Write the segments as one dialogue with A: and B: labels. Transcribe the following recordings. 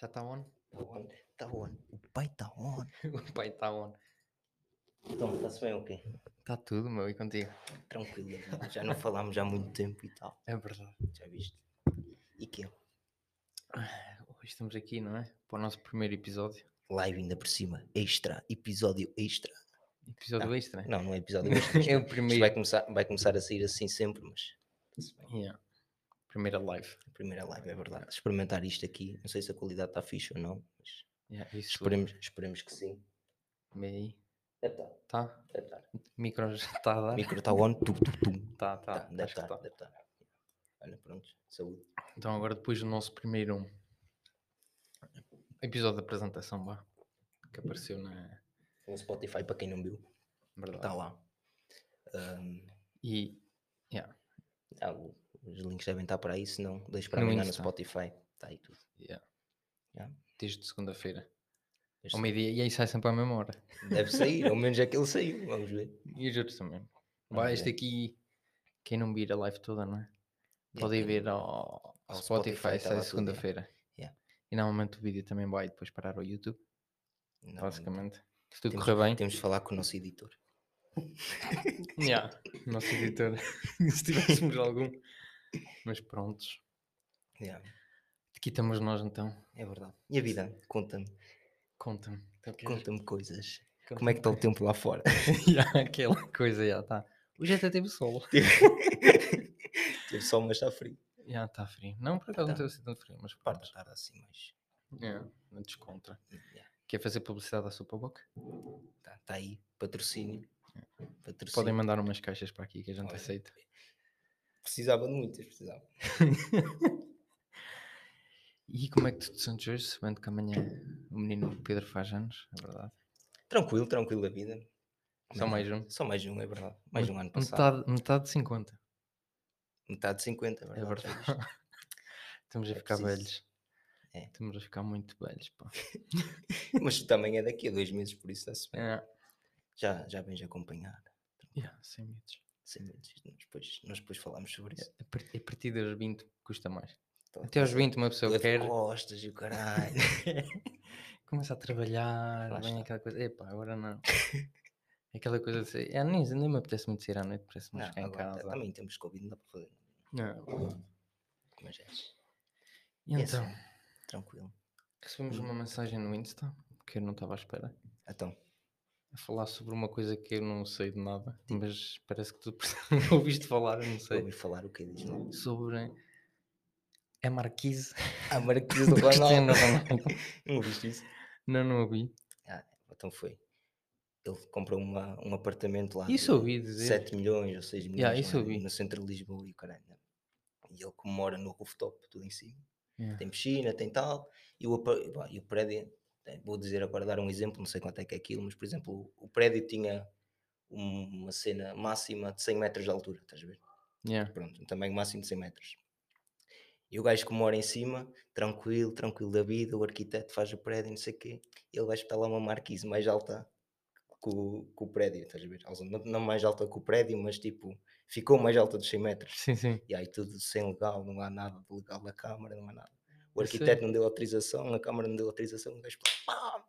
A: Já está on?
B: Está on. Está on. tá O pai está on.
A: O pai está on.
B: Então,
A: tá
B: está-se bem o quê?
A: Está Tá tudo, meu, e contigo?
B: Tranquilo. Já não falámos há muito tempo e tal.
A: É verdade.
B: Já viste? E que é?
A: Hoje estamos aqui, não é? Para o nosso primeiro episódio.
B: live ainda por cima. Extra. Episódio extra.
A: Episódio extra, né?
B: Não, não é episódio extra.
A: É o
B: Isto
A: primeiro.
B: vai começar, vai começar a sair assim sempre, mas... está-se bem.
A: Yeah. Primeira live.
B: A primeira live, é verdade. Experimentar isto aqui. Não sei se a qualidade está fixe ou não. Mas
A: Yeah, isso.
B: esperemos, esperemos que sim.
A: Vê aí.
B: Deve estar.
A: Tá?
B: Deve estar.
A: O micro já está a
B: O
A: dar?
B: micro está on. Tum, tum, tum.
A: Tá, tá.
B: Tá, deve
A: acho que
B: estar.
A: tá.
B: Deve estar. Olha, pronto. Saúde.
A: Então agora depois do nosso primeiro um. episódio de apresentação, vá. Que apareceu na...
B: No um Spotify, para quem não viu.
A: Verdade.
B: Está Tá lá. Ahm,
A: E
B: ah, o- os links devem estar para aí, se não, deixo para
A: No
B: amanhã no
A: Insta.
B: Spotify. Está aí tudo.
A: desde segunda-feira.
B: Este
A: Ao meio-dia. E aí sai sempre à mesma hora.
B: Deve sair, ao menos é que ele saiu. Vamos ver.
A: E os outros também.
B: Vamos
A: Vai,
B: ver.
A: este aqui, quem não vir a live toda, não é?
B: É,
A: Podem
B: quem-
A: ver ao, ao
B: ao Spotify,
A: Spotify,
B: tá lá
A: sai
B: tudo, é.
A: segunda-feira.
B: Yeah.
A: E normalmente o vídeo também vai depois parar ao YouTube,
B: Não,
A: basicamente. Se tudo
B: Temos-
A: correr bem.
B: Temos de falar com o nosso editor.
A: Yeah, nosso editor, se tivéssemos algum. Mas prontos.
B: Yeah,
A: Aqui estamos nós então.
B: é verdade. E a vida? Conta-me.
A: Conta-me. Então, queres-
B: Conta-me coisas.
A: conta-me.
B: Como é que está o tempo lá fora?
A: Yeah, aquela coisa, já está. Hoje até teve sol.
B: Teve Tipo, sol, mas está frio.
A: Já está frio. Não, por acaso
B: Tá.
A: não teve assim tanto frio, mas
B: Parte
A: pronto.
B: da tarde assim, mas.
A: Yeah, não descontra.
B: yeah,
A: Quer fazer publicidade à Superboc?
B: Está tá aí. Patrocínio. Patrocínio.
A: Podem mandar umas caixas para aqui que a gente
B: Olha.
A: aceita.
B: Precisava de muitas, precisava.
A: E como é que tu te sentes hoje, sabendo que amanhã o menino Pedro faz anos, é verdade?
B: Tranquilo, tranquilo a vida.
A: Só mais um. tá
B: Só mais um, é verdade. Mais um ano passado.
A: Metade, metade de 50,
B: Metade de 50,
A: é
B: já
A: verdade.
B: viste?
A: Estamos a
B: É
A: ficar
B: preciso.
A: velhos.
B: É.
A: Estamos a ficar muito velhos, pá.
B: Mas tu também é daqui a dois meses, por isso está-se bem.
A: É,
B: Já, já vens acompanhar.
A: yeah, sem medos.
B: Sem medos. Nós depois, nós depois falamos sobre isso.
A: A par- a partir dos 20 custa mais.
B: Então,
A: Até aos 20 uma
B: tu é
A: pessoa
B: de
A: quer,
B: costas e o caralho.
A: começa a trabalhar,
B: Lá
A: vem
B: está.
A: aquela coisa, epá, agora não. Aquela coisa de ser, é, nem, nem me apetece muito sair à noite, parece-me
B: Não,
A: ficar em
B: agora,
A: casa.
B: tá- também temos Covid, não dá para fazer. nada.
A: Não.
B: Mas é
A: E
B: É
A: então,
B: tranquilo.
A: recebemos
B: Hum.
A: uma mensagem no Insta, que eu não estava à espera.
B: Então,
A: a falar sobre uma coisa que eu não sei de nada, mas parece que tu perce- ouviste falar, eu não sei,
B: ouvi falar o que diz não?
A: sobre a Marquise
B: A Marquesa
A: do
B: Ah, do
A: Cristiano
B: Ronaldo.
A: Ronaldo.
B: Não ouviste isso?
A: Não, não ouvi.
B: Então foi. Ele comprou uma, um apartamento lá.
A: Isso
B: de-
A: ouvi dizer.
B: 7 milhões ou 6 milhões
A: isso
B: lá
A: eu vi.
B: no centro de Lisboa e o caralho. né? E ele como mora no rooftop, tudo em cima.
A: Yeah.
B: Tem piscina, tem tal. E o, apa- e pá, e o prédio, eh, vou dizer agora, dar um exemplo, não sei quanto é que é aquilo, mas por exemplo, o- o prédio tinha um- uma cena máxima de 100 metros de altura, estás a ver?
A: Yeah.
B: Pronto, um tamanho máximo de 100 metros. E o gajo que mora em cima, tranquilo, tranquilo da vida, o arquiteto faz o prédio, não sei o quê, ele vai espetar lá uma marquise mais alta que o, que o prédio, estás a ver? Ou seja, Não, não mais alta que o prédio, mas tipo, ficou mais alta dos 100 metros.
A: Sim, sim.
B: E aí tudo sem legal, não há nada de legal da Câmara, não há nada. O
A: A
B: arquiteto
A: sério?
B: não deu autorização, a Câmara não deu autorização, o gajo pá,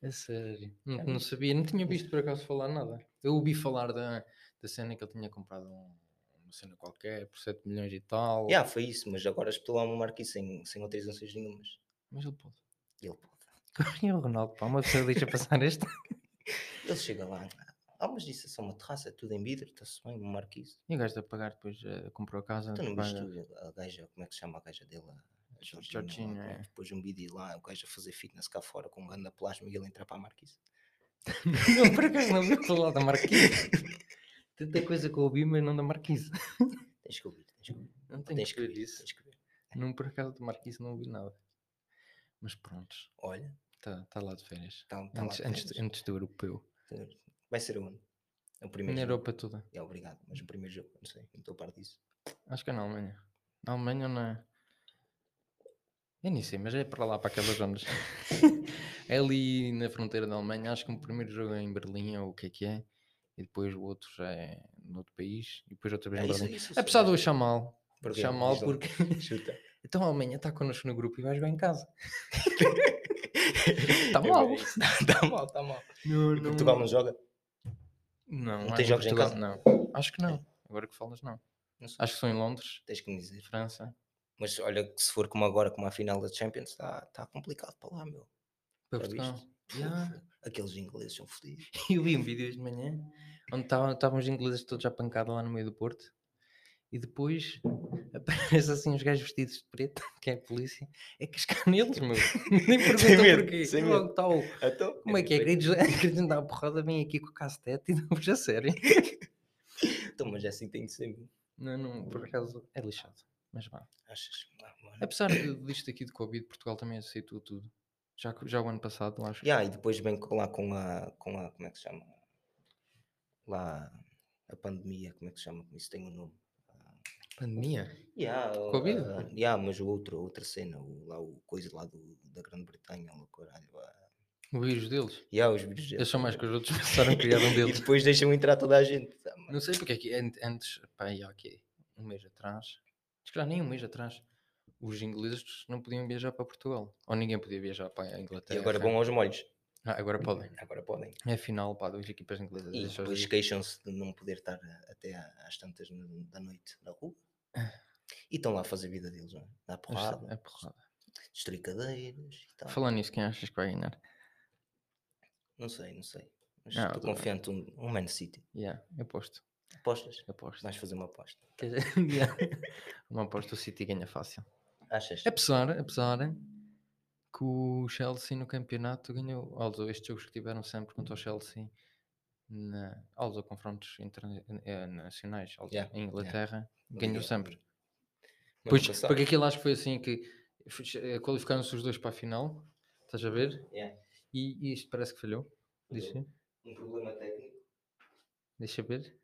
A: É sério. Não,
B: Já
A: não sabia, não tinha visto por acaso falar nada. Eu ouvi falar da, da cena que ele tinha comprado um- uma cena qualquer por 7 milhões e tal.
B: yeah, foi isso, mas agora espetou lá uma marquise sem, sem autorizações nenhumas.
A: Mas ele pode.
B: E ele, pô,
A: Cristiano Ronaldo, pá, uma pessoa deixa passar este.
B: Ele chega lá. Ah, mas isso é só uma terraça, é tudo em vidro, está-se bem, uma marquise.
A: E o gajo de pagar depois eh, comprou a casa.
B: Tu Então não
A: paga-
B: viste a gaja, como é que se chama a gaja dele? A- A Georgina.
A: Georgina,
B: lá,
A: é.
B: Depois um vídeo lá, o gajo a fazer fitness cá fora com um ganda plasma e ele entrar para a marquise.
A: Não, por acaso não ouvi falar da Marquise. Tanta coisa que eu ouvi, mas não da Marquise.
B: Tens que ouvir, tens que ouvir.
A: Não tenho
B: Tens
A: que
B: que
A: ver
B: ouvir,
A: isso.
B: tens que ver.
A: Não, por acaso da Marquise não ouvi nada. Mas pronto,
B: Olha,
A: está tá lá de férias.
B: tá, tá
A: Antes,
B: lá.
A: antes,
B: temos.
A: do- antes do europeu.
B: Vai ser onde? É o primeiro
A: Na
B: jogo.
A: Europa toda.
B: É, obrigado, mas o primeiro jogo, não sei, não estou a par disso.
A: Acho que é na Alemanha. Na Alemanha ou na. Eu nem sei, mas é para lá, para aquelas zonas. é ali na fronteira da Alemanha. Acho que o primeiro jogo é em Berlim, ou o que é que é. E depois o outro já é no outro país. E depois outra vez
B: Ah,
A: em
B: isso-
A: Berlim.
B: isso eu sei,
A: Apesar de eu
B: mas-
A: achar mal,
B: Porquê?
A: Chama mal
B: Diz lá.
A: porque.
B: Chuta.
A: Então amanhã está connosco no grupo e vai jogar em casa.
B: É
A: Está Tá mal.
B: Está Tá mal, está mal.
A: Não,
B: E Portugal não joga?
A: Não,
B: tem
A: acho que
B: jogos em
A: Portugal Não. Acho que não. Agora que falas, não.
B: Não sei.
A: Acho que são em Londres,
B: Tens que me dizer.
A: França.
B: Mas olha, que se for como agora, como a final da Champions, está tá complicado para lá, meu.
A: Para
B: Já
A: Portugal.
B: viste?
A: Yeah.
B: Fogo. Aqueles ingleses são fodidos.
A: Eu vi um vídeo hoje de manhã onde estavam estavam os ingleses todos à pancada lá no meio do Porto e depois aparecem assim os gajos vestidos de preto, que é a polícia, é cascar neles, meu. Nem perguntam
B: medo,
A: porquê.
B: sem
A: Logo tal,
B: Então,
A: como é que é?
B: diferente.
A: Queridos, queridos dar a porrada, vem aqui com o cacetete e não-vos a sério.
B: Então, mas é assim que tem de ser, meu.
A: Não, não, por acaso é lixado. Mas vá.
B: Achas? Ah, mano.
A: Apesar de- disto aqui de Covid, Portugal também aceitou tudo. Já, que- já o ano passado, eu acho.
B: Yeah, Ah, e depois vem com- lá com a, com a. Como é que se chama? Lá. A pandemia, como é que se chama? Isso tem um nome.
A: Pandemia?
B: Yeah, o-
A: Covid?
B: ah, yeah, mas o outro, a outra cena, o, lá o coisa lá do, da Grã-Bretanha, o caralho. ah.
A: O vírus deles?
B: Yeah, os vírus
A: Eles
B: deles.
A: são mais que os outros, pensaram criar um
B: E
A: deles.
B: depois deixam entrar toda a gente. Ah, mano.
A: Não sei porque é que an- antes, pá, aí, ok, um mês atrás, acho que já nem um mês atrás, os ingleses não podiam viajar para Portugal. Ou ninguém podia viajar para a
B: E
A: Inglaterra.
B: agora vão aos molhos.
A: Ah, agora podem.
B: Agora podem.
A: É final, pá, duas equipas inglesas.
B: E
A: deixa os
B: depois
A: dias.
B: queixam-se de não poder estar a- até à- às tantas no- da noite na rua. E estão lá a fazer a vida deles, não é? Dá
A: Mas
B: porrada,
A: É porrada.
B: destruir cadeiras e tal.
A: Falando nisso, quem achas que vai ganhar?
B: Não sei, não sei. Mas
A: Não,
B: estou
A: tudo bem.
B: confiante um, um Man City.
A: Yeah, eu aposto.
B: Apostas?
A: Eu aposto.
B: Vais fazer uma aposta.
A: Quer dizer, yeah. Uma aposta, o City ganha fácil.
B: Achas?
A: Apesar, apesar que o Chelsea no campeonato ganhou, although estes jogos que tiveram sempre contra o Chelsea, na, although confrontos interna- eh, nacionais although
B: Yeah,
A: em Inglaterra,
B: Liga,
A: ganhou sempre.
B: Liga. Mas
A: Pois,
B: não passava.
A: porque aquilo acho que foi assim que foi- eh, qualificaram-se os dois para a final, estás a ver?
B: Yeah.
A: E, e isto parece que falhou.
B: Falhou.
A: Deixa,
B: Um problema técnico.
A: deixa ver.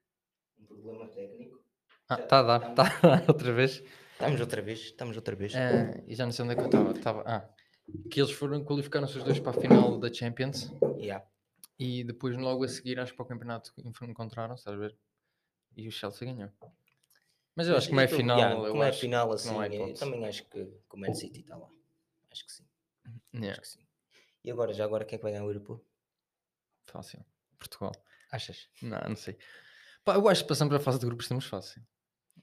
B: Um problema técnico.
A: Ah,
B: Já tá
A: está a dar, está a dar outra vez.
B: Estamos outra vez, estamos outra vez.
A: Ah, e já não sei onde é que eu estava. estava- Ah, que eles foram, qualificaram-se os dois para a final da Champions.
B: Yeah.
A: E depois, logo a seguir, acho que para o campeonato enf- encontraram, estás a ver? E o Chelsea ganhou. Mas eu
B: Mas
A: acho que não é
B: estou-
A: final.
B: yeah,
A: eu
B: como é
A: acho
B: final
A: que
B: assim,
A: não há
B: eu
A: hipótese.
B: também acho que, que o Man City está lá. Acho que sim. Acho
A: Yeah,
B: que sim. E agora, já agora, quem é que vai ganhar o Europeu?
A: fácil. Portugal.
B: Achas?
A: Não, não sei. Pá, eu acho que passamos à fase de grupos, temos fácil.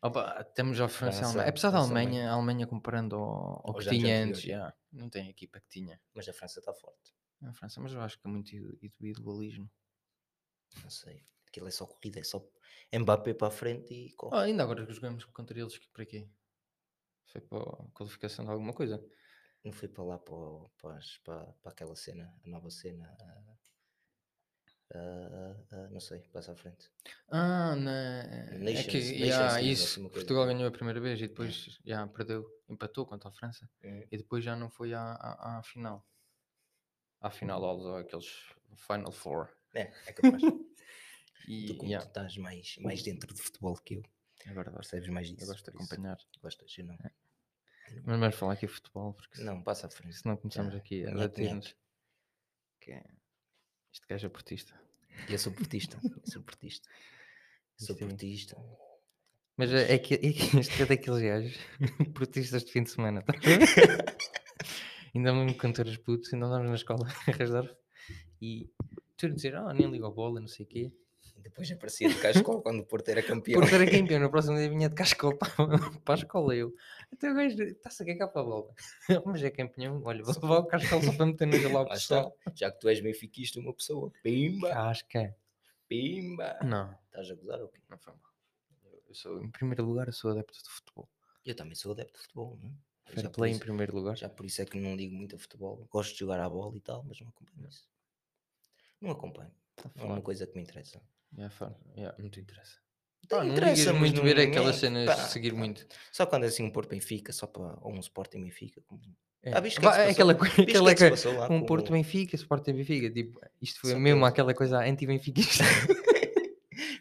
A: Opa, temos já a França e a
B: França,
A: Alemanha. Apesar da
B: França,
A: Alemanha, a Alemanha comparando ao, ao
B: Aos
A: que
B: anos
A: tinha
B: anteriores.
A: antes, já, não tem a equipa que tinha.
B: Mas a França está forte.
A: A França, mas eu acho que é muito ido- ido golismo.
B: Não sei. Aquilo é só corrida, é só Mbappé para a frente e corre.
A: Ah, ainda agora que jogamos contra eles, que para quê? Foi para a qualificação de alguma coisa.
B: Não foi para lá, para, o- para, as- para, para aquela cena, a nova cena. ah, ah, ah, não sei, passa à frente.
A: Ah, na... é
B: Nations-
A: que
B: Nations
A: yeah,
B: League,
A: isso,
B: assim, uma coisa.
A: Portugal ganhou a primeira vez e depois yeah, perdeu, empatou contra a França e depois já não foi à, à, à final. À
B: Uhum.
A: final, aos aqueles Final Four.
B: É, é capaz. tu,
A: E
B: como
A: yeah,
B: tu estás mais, mais dentro de futebol que eu,
A: é verdade.
B: percebes mais disso.
A: Eu gosto de
B: por isso,
A: acompanhar.
B: Gostas, eu não.
A: Mas vamos falar aqui de futebol, porque se-
B: Não, Ah, passa à frente.
A: senão começamos aqui a
B: nhaque, nhaque.
A: bater-nos. Que é- Este gajo é portista.
B: Eu sou portista. Eu sou portista. Sou
A: Sim.
B: portista.
A: Mas é, é que, é que este é daqueles gajos portistas de fim de semana, tá? ainda mesmo quando eras puto, ainda andávamos na escola a rasgar e tu ias dizer, ah, nem ligo a bola, não sei o quê.
B: E Depois aparecia do Cascol quando o Porto era campeão.
A: Porque era campeão, no próximo dia vinha de cascola para, para a escola eu. Até o gajo está-se a cagar para a bola. Mas é campeão, olha, vou levar o cascola só para meter no gelo ao
B: Lá está.
A: pessoal. Ah,
B: Já que tu és benfiquista, uma pessoa. Pimba,
A: Casca.
B: pimba.
A: Não,
B: Estás a gozar ou quê?
A: não foi mal. Eu- Eu sou, em primeiro lugar, eu sou adepto de futebol.
B: Eu também sou adepto de futebol, não é? Eu
A: Fair
B: já por
A: play em
B: isso-
A: primeiro lugar.
B: Já por isso é que não ligo muito a futebol. Gosto de jogar à bola e tal, mas não acompanho isso. Não acompanho.
A: Tá
B: Não é uma
A: falado.
B: coisa que me interessa.
A: Yeah, fun. Yeah, não te interessa.
B: Então
A: Pá, não
B: interessa,
A: ligas
B: mas
A: muito
B: não-
A: ver
B: não é,
A: aquelas cenas
B: pá,
A: de seguir
B: pá.
A: muito.
B: Só quando é assim um Porto Benfica, só para. Ou um Sporting Benfica. Como...
A: É.
B: Ah, viste o que é
A: Vá,
B: que se
A: é aquela
B: passou?
A: coisa,
B: Viste o
A: aquela
B: que é que
A: coisa.
B: se passou lá
A: Um
B: com
A: Porto
B: o-
A: Benfica, Sporting Benfica, tipo, isto foi
B: Só
A: mesmo
B: aqueles.
A: aquela coisa anti-benfiquista.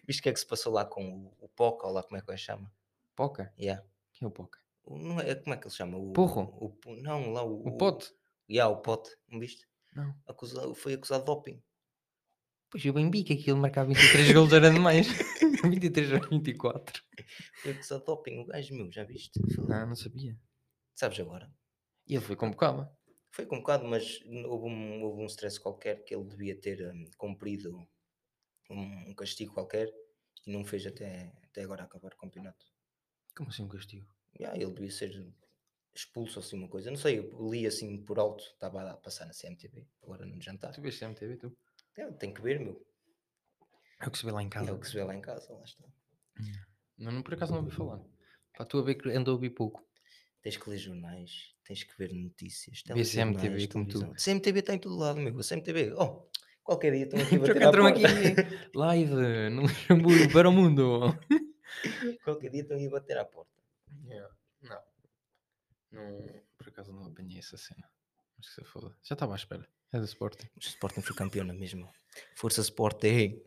B: Viste o que é que se passou lá com o, o Poca, ou lá como é que ele chama?
A: Poca?
B: Yeah.
A: Quem é o Poca?
B: O- Não é, como é que ele chama? O,
A: Porro?
B: O, pu- não, lá o.
A: O Pote?
B: Yeah, o Pote, não viste?
A: Não.
B: Acusado, foi acusado de doping.
A: Pois o Benfica, aquilo marcar 23 gols era demais. 23 ou 24.
B: Foi que só doping o gajo meu, já viste?
A: Ah, não sabia.
B: Sabes agora?
A: E ele foi convocado.
B: Foi com um bocado, mas houve um, houve um stress qualquer que ele devia ter hum, cumprido um, um castigo qualquer e não fez até, até agora acabar o campeonato.
A: Como assim um castigo?
B: Ya, ele devia ser expulso ou assim uma coisa. Não sei, eu li assim por alto, estava a passar na CMTV, agora no jantar.
A: Tu vês CMTV, tu?
B: É, tem que ver, meu.
A: É o que se vê lá em
B: É
A: casa.
B: o que se vê lá em casa, lá está.
A: Não, não, por acaso não ouvi falar. Para tu a ver que andou a ouvir pouco.
B: Tens que ler jornais, tens que ver notícias.
A: Vê é
B: telejornais,
A: CMTV como tu.
B: televisão. é CMTV está tá em todo lado, meu. A CMTV, oh, qualquer dia estão aqui a
A: Porque
B: bater à
A: entram
B: porta.
A: aqui live no Luxemburgo para o mundo.
B: Qualquer dia estão aqui a bater à porta.
A: É, Não. não. Por acaso não apanhei essa cena. Mas que se foda. Já estava à espera. É do Sporting.
B: Mas O Sporting foi campeão na mesma. Força Sporting.
A: É.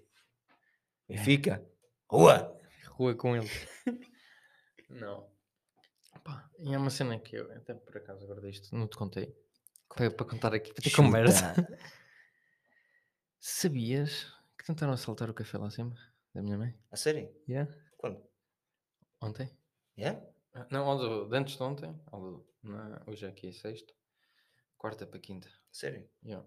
B: Benfica. Rua.
A: Rua com ele. não. Pá, e é uma cena que eu até por acaso agora disto não te contei. Para, para contar aqui, para ter conversa.
B: Chuta.
A: Sabias que tentaram assaltar o café lá acima? Da minha mãe?
B: A sério?
A: Yeah.
B: Quando? É?
A: Ontem?
B: Yeah?
A: Ah, Não, ao do- de antes de ontem, ao do- na- hoje aqui é sexta, quarta para quinta.
B: A sério?
A: Yeah.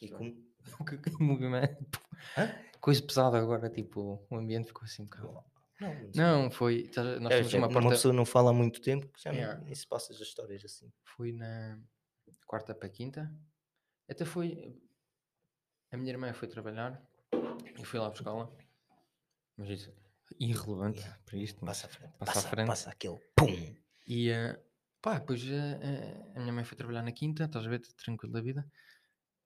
B: E
A: Só.
B: como?
A: Que- que movimento.
B: Hã?
A: Coisa pesada agora, tipo, o ambiente ficou assim um bocado.
B: Não, mas-
A: Não, foi. tá- Nós
B: É,
A: temos
B: já-
A: uma
B: uma
A: porta.
B: pessoa não fala há muito tempo que já
A: Yeah.
B: não, nem se passa as histórias assim.
A: Foi na quarta para quinta. Até foi. A minha irmã foi trabalhar e fui lá buscá-la. Mas isso irrelevante
B: Yeah.
A: para isto. mas-
B: Passa à frente.
A: Passa à
B: Passa,
A: frente.
B: passa aquele pum.
A: E eh, pá, depois eh, eh, a minha mãe foi trabalhar na quinta, estás a ver, tranquilo da vida.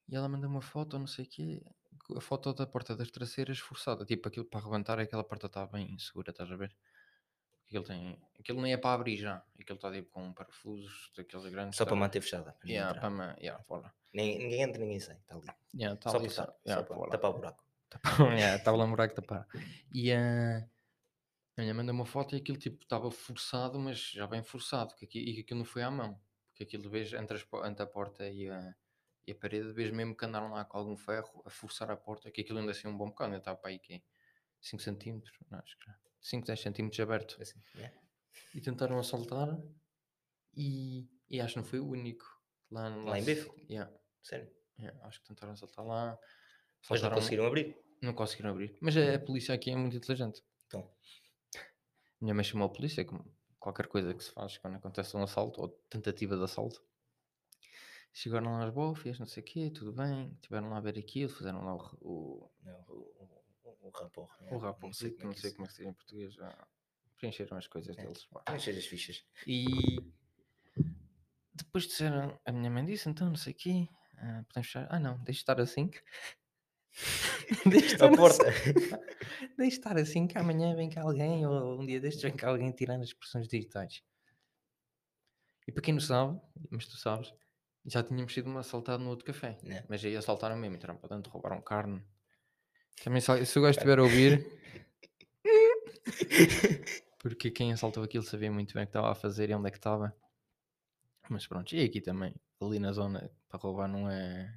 A: E ela mandou uma foto, não sei o quê, co- a foto da porta das traseiras forçada. Tipo, aquilo para arrebentar, aquela porta está bem segura, estás a ver? Aquilo, tem, aquilo nem é para abrir já. Aquilo está tipo com parafusos, daqueles grandes.
B: Só para
A: tá-
B: manter fechada. para não
A: Yeah,
B: entrar.
A: para ma- yeah, fora.
B: Nem- ninguém entra, ninguém sai. Está ali.
A: Yeah, tá
B: só
A: ali,
B: para
A: só-
B: estar.
A: yeah,
B: só para
A: fora.
B: tapar o buraco.
A: Estava yeah, lá buraco tapar. E eh, a minha mãe mandou uma foto e aquilo tipo estava forçado, mas já bem forçado, que aqui, e que aquilo não foi à mão. Porque aquilo vês entre, as po- entre a porta e a, e a parede, vês mesmo que andaram lá com algum ferro a forçar a porta, que aquilo ainda assim um bom bocado, ainda estava para aí que 5 centímetros, não, acho que 5, 10 centímetros aberto.
B: Assim, yeah.
A: E tentaram assaltar e, e acho que não foi o único. Lá,
B: Lá em
A: se-
B: Bifo?
A: Yeah,
B: Sério.
A: yeah, acho que tentaram assaltar lá.
B: Mas não
A: assaltaram-
B: conseguiram abrir.
A: não conseguiram abrir. Mas a, a polícia aqui é muito inteligente.
B: Uhum. Então.
A: Minha mãe chamou a polícia, como qualquer coisa que se faz quando acontece um assalto ou tentativa de assalto. Chegaram lá às bofias, não sei o quê, tudo bem. Tiveram lá a ver aquilo, fizeram lá o, r- o,
B: Não, o, o, o, o rapor.
A: o
B: yeah,
A: rapão,
B: Não sei como é que
A: sei
B: isso.
A: como é que se diz em português. já Preencheram as coisas
B: É.
A: deles. pá.
B: Não encher as fichas.
A: E depois disseram, a minha mãe disse, então não sei o quê, ah, podemos fechar. Ah não, deixa estar assim. deixa estar
B: A
A: assim.
B: porta.
A: Deixe estar assim que amanhã vem cá alguém, ou um dia destes vem cá alguém tirando as expressões digitais. E para quem não sabe, mas tu sabes, já tínhamos sido um assaltado no outro café.
B: Né?
A: Mas aí assaltaram mesmo, entraram para dentro, roubaram carne. Também se, se o gajo estiver a ouvir. Porque quem assaltou aquilo sabia muito bem o que estava a fazer e onde é que estava. Mas pronto, e aqui também, ali na zona, para roubar não é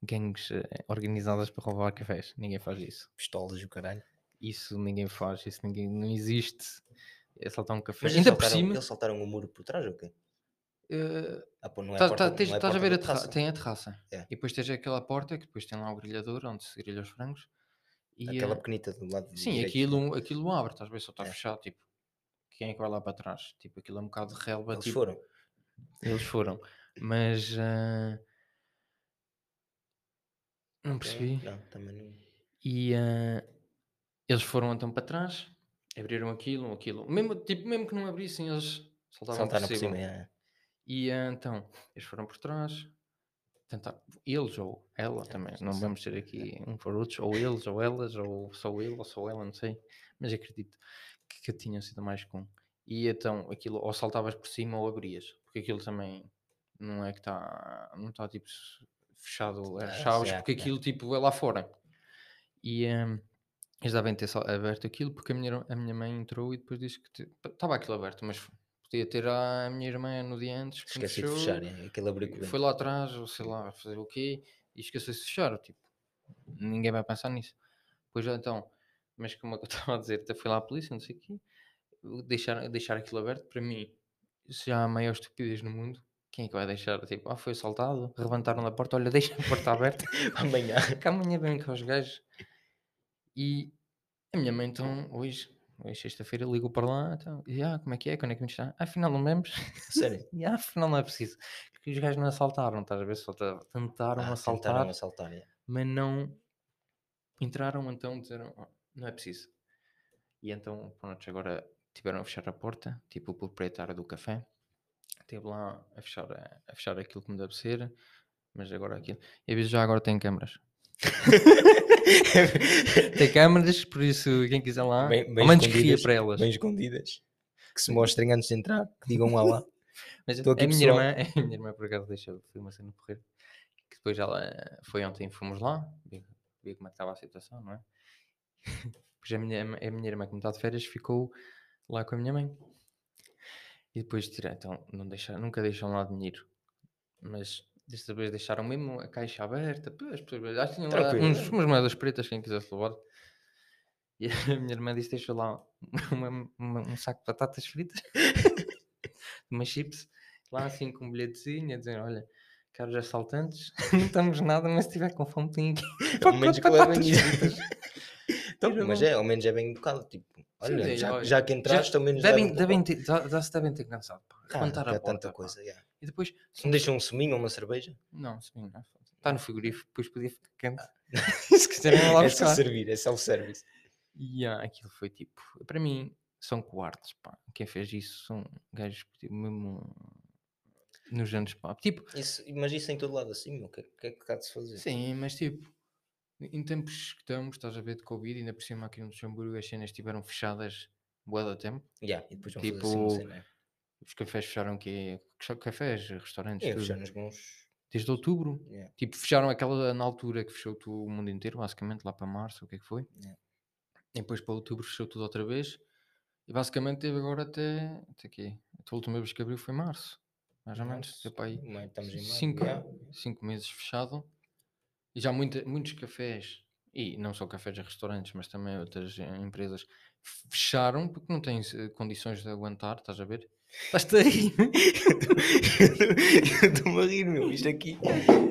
A: gangues eh, organizadas para roubar cafés. Ninguém faz isso
B: Pistolas e o caralho.
A: isso ninguém faz, isso ninguém, não existe. É saltar um café.
B: Mas eles
A: Ainda por
B: saltaram-
A: cima,
B: Eles saltaram o muro por trás ou quê?
A: eh,
B: Ah, pô, não é
A: tá-
B: porta-
A: tá-
B: não
A: tens-
B: é
A: estás a
B: porta
A: ver
B: da
A: a terra,
B: terraça.
A: tem a terraça.
B: É.
A: E depois tens aquela porta que depois tem lá o grilhador onde se grilha os frangos. E,
B: Aquela
A: eh,
B: pequenita do lado
A: sim,
B: direito.
A: aquilo, um, aquilo abre, estás a ver? Só está
B: É.
A: fechado. Tipo, quem é que vai lá para trás? Tipo, aquilo é um bocado de relva.
B: Eles
A: tipo,
B: foram.
A: Eles foram. Mas eh, não percebi.
B: É, Não, também não.
A: E ah, eles foram então para trás, abriram aquilo, aquilo. Mesmo, tipo, mesmo que não abrissem, eles saltavam
B: Saltaram por
A: cima.
B: cima. é.
A: E ah, então, eles foram por trás, tentar, eles ou ela também, não
B: sim.
A: vamos ter aqui um por outros, ou eles ou elas, ou só ele ou só ela, não sei, mas acredito que, que tinham sido mais com. E então, aquilo, ou saltavas por cima ou abrias, porque aquilo também não é que está, não está tipo s- fechado
B: Ah,
A: as chaves,
B: sim, é,
A: porque
B: é.
A: aquilo tipo é lá fora. E ah, eles devem ter só aberto aquilo, porque a minha, a minha mãe entrou e depois disse que estava aquilo aberto, mas Podia ter a minha irmã no dia antes que me
B: Esqueci de
A: fechou,
B: fechar. é, Aquele abrigo.
A: Foi lá atrás, ou sei lá, fazer o quê, e esqueceu-se de fechar. Tipo, ninguém vai pensar nisso. Pois então, mas como é que eu estava a dizer, até fui lá à polícia, não sei o quê, deixar, deixar aquilo aberto, para mim, se há a maior estupidez no mundo, quem é que vai deixar? Tipo, ah, foi assaltado, levantaram da porta, olha, deixa a porta aberta,
B: Amanhã.
A: que amanhã vem cá os gajos. E a minha mãe, então, hoje, hoje sexta-feira, ligou para lá, então, e, ah, como é que é, quando é que me está? Ah, afinal, não vemos.
B: Sério.
A: E ah, afinal, não é preciso. Porque os gajos não assaltaram, estás a ver? Só ta- tentaram
B: Ah,
A: assaltar,
B: tentaram assaltar, é.
A: mas não entraram, então disseram, "Oh, não é preciso. E então, pronto, agora tiveram a fechar a porta, tipo o proprietário do café, esteve lá a fechar, a, a fechar aquilo que me deve ser, mas agora aquilo. E aviso já agora tem câmaras. Tem câmaras, por isso quem quiser lá,
B: Bem- bem
A: ao menos que ria
B: escondidas,
A: para elas.
B: Bem escondidas. Que se mostrem antes de entrar, que digam lá lá.
A: Mas
B: Estou aqui,
A: a minha
B: pessoal.
A: irmã, a minha irmã por acaso deixou foi uma cena correr, que depois ela eh, foi ontem, fomos lá, ver, ver como é que estava a situação, não é? Pois a minha, a minha irmã, como está de férias, ficou lá com a minha mãe. E depois tirar, então não deixar, nunca deixam lá dinheiro. Mas desta vez deixaram mesmo a caixa aberta, pô, as pessoas acho que tinham lá
B: Tranquilo,
A: uns,
B: é.
A: umas moedas pretas, quem quisesse levar. E a minha irmã disse: deixa lá uma- uma- um saco de batatas fritas, umas chips, lá assim com um bilhetezinho, a dizer: olha, caros assaltantes, não estamos nada, mas se tiver com fome, tem aqui.
B: Ao
A: pacote
B: menos
A: de
B: que levem
A: batatas fritas."
B: isso. Então,
A: Era
B: mas
A: bom.
B: é, ao menos é bem educado. Tipo, olha,
A: daí,
B: já,
A: olha,
B: já que entraste, ao menos
A: Devem,
B: levam-te a
A: devem
B: porta.
A: ter, já, já se devem ter cansado. pá.
B: Ah,
A: Levantar
B: que
A: a
B: há
A: porta.
B: tanta
A: pá.
B: coisa. já.
A: E depois,
B: Se me deixam um suminho ou uma cerveja,
A: não, sim, não. é Ah, Está no frigorífico, depois podia ficar quente. se quiserem vão lá
B: é só
A: buscar.
B: servir, é self-service.
A: E ah, aquilo foi tipo, para mim, são coartes, pá. Quem fez isso são gajos que, tipo, mesmo nos anos, pá. Tipo,
B: Isso, mas isso em todo lado assim, meu, o que, o que é que há de se fazer?
A: sim, mas tipo, em tempos que estamos, estás a ver de Covid, ainda por cima aqui no Luxemburgo as cenas estiveram fechadas bué da tempo.
B: Ya, e depois vão
A: Tipo,
B: fazer assim, não sei, né?
A: Os cafés fecharam que Cafés, restaurantes,
B: É,
A: tudo.
B: fechar nos bons.
A: Desde outubro.
B: Yeah.
A: Tipo, fecharam aquela na altura que fechou tu- o mundo inteiro, basicamente, lá para março, o que é que foi?
B: Yeah.
A: E depois para outubro fechou tudo outra vez. E basicamente teve agora até, até aqui. A última vez que abriu foi março. Mais ou menos. Deu para aí
B: Mas estamos em maio,
A: cinco,
B: ya.
A: cinco meses fechado. E já muita- muitos cafés, e não só cafés e restaurantes, mas também outras eh, empresas, fecharam porque não têm eh, condições de aguentar, estás a ver? Estás-te aí.
B: Eu Estou-me a rir, meu, isto aqui.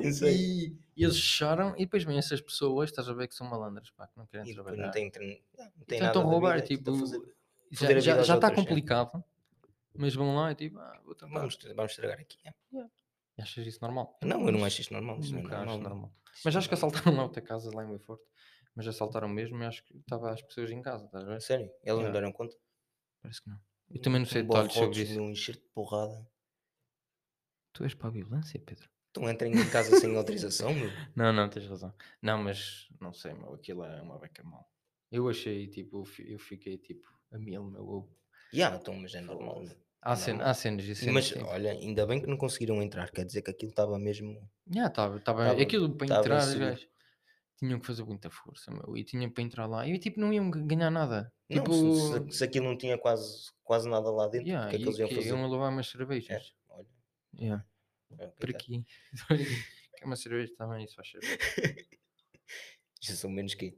B: Não sei.
A: E, e eles fecharam e depois vêm essas pessoas, estás a ver que são malandras, pá, que não querem
B: E depois
A: trabalhar.
B: tipo, não tem, treino- não tem
A: E
B: nada.
A: tentam
B: da
A: roubar,
B: vida,
A: tipo,
B: tentam fazer- foder
A: já
B: a vida
A: já
B: aos
A: está
B: outros, é.
A: complicado, mas vão lá e tipo, ah, vou tentar.
B: Vamos, vamos estragar aqui. ya.
A: E achas isso normal?
B: Não, eu não acho isto normal. Isto
A: Nunca
B: não é
A: acho
B: normal.
A: normal.
B: Isto
A: Mas
B: não é
A: acho que
B: normal.
A: assaltaram lá outra casa, lá em Boiforte. Mas assaltaram mesmo e acho que estava as pessoas em casa, estás a ver?
B: Sério, eles
A: Ya.
B: não deram conta.
A: Parece que não. Eu também não sei
B: Um
A: detalhes sobre
B: borrotes,
A: isso.
B: Um enxerto de porrada.
A: Tu és para a violência, Pedro?
B: Então entrem em casa sem autorização, meu.
A: Não, não, tens razão. Não, mas não sei, meu, aquilo é uma beca mal. Eu achei, tipo, eu fi- eu fiquei tipo, a mil, meu. eu-
B: Ya, então, mas é normal. meu.
A: Há, cen-
B: Normal.
A: há cenas e cenas.
B: Mas
A: tipo-
B: olha, ainda bem que não conseguiram entrar, quer dizer que aquilo estava mesmo.
A: Yeah, tava, tava,
B: Tava-
A: tá, aquilo para
B: tava
A: entrar, os
B: inseguro.
A: gajos tinham que fazer muita força, meu, e tinham para entrar lá, e tipo, não iam ga- ganhar nada.
B: Não,
A: tipo,
B: se, se- se aquilo não tinha quase, quase nada lá dentro,
A: yeah,
B: o que é que
A: e
B: eles iam
A: que
B: fazer? É,
A: iam levar umas cervejas.
B: Olha,
A: Yeah,
B: é o que
A: por
B: é que
A: aqui. Quer uma cerveja também, só cerveja.
B: é. Já são menos que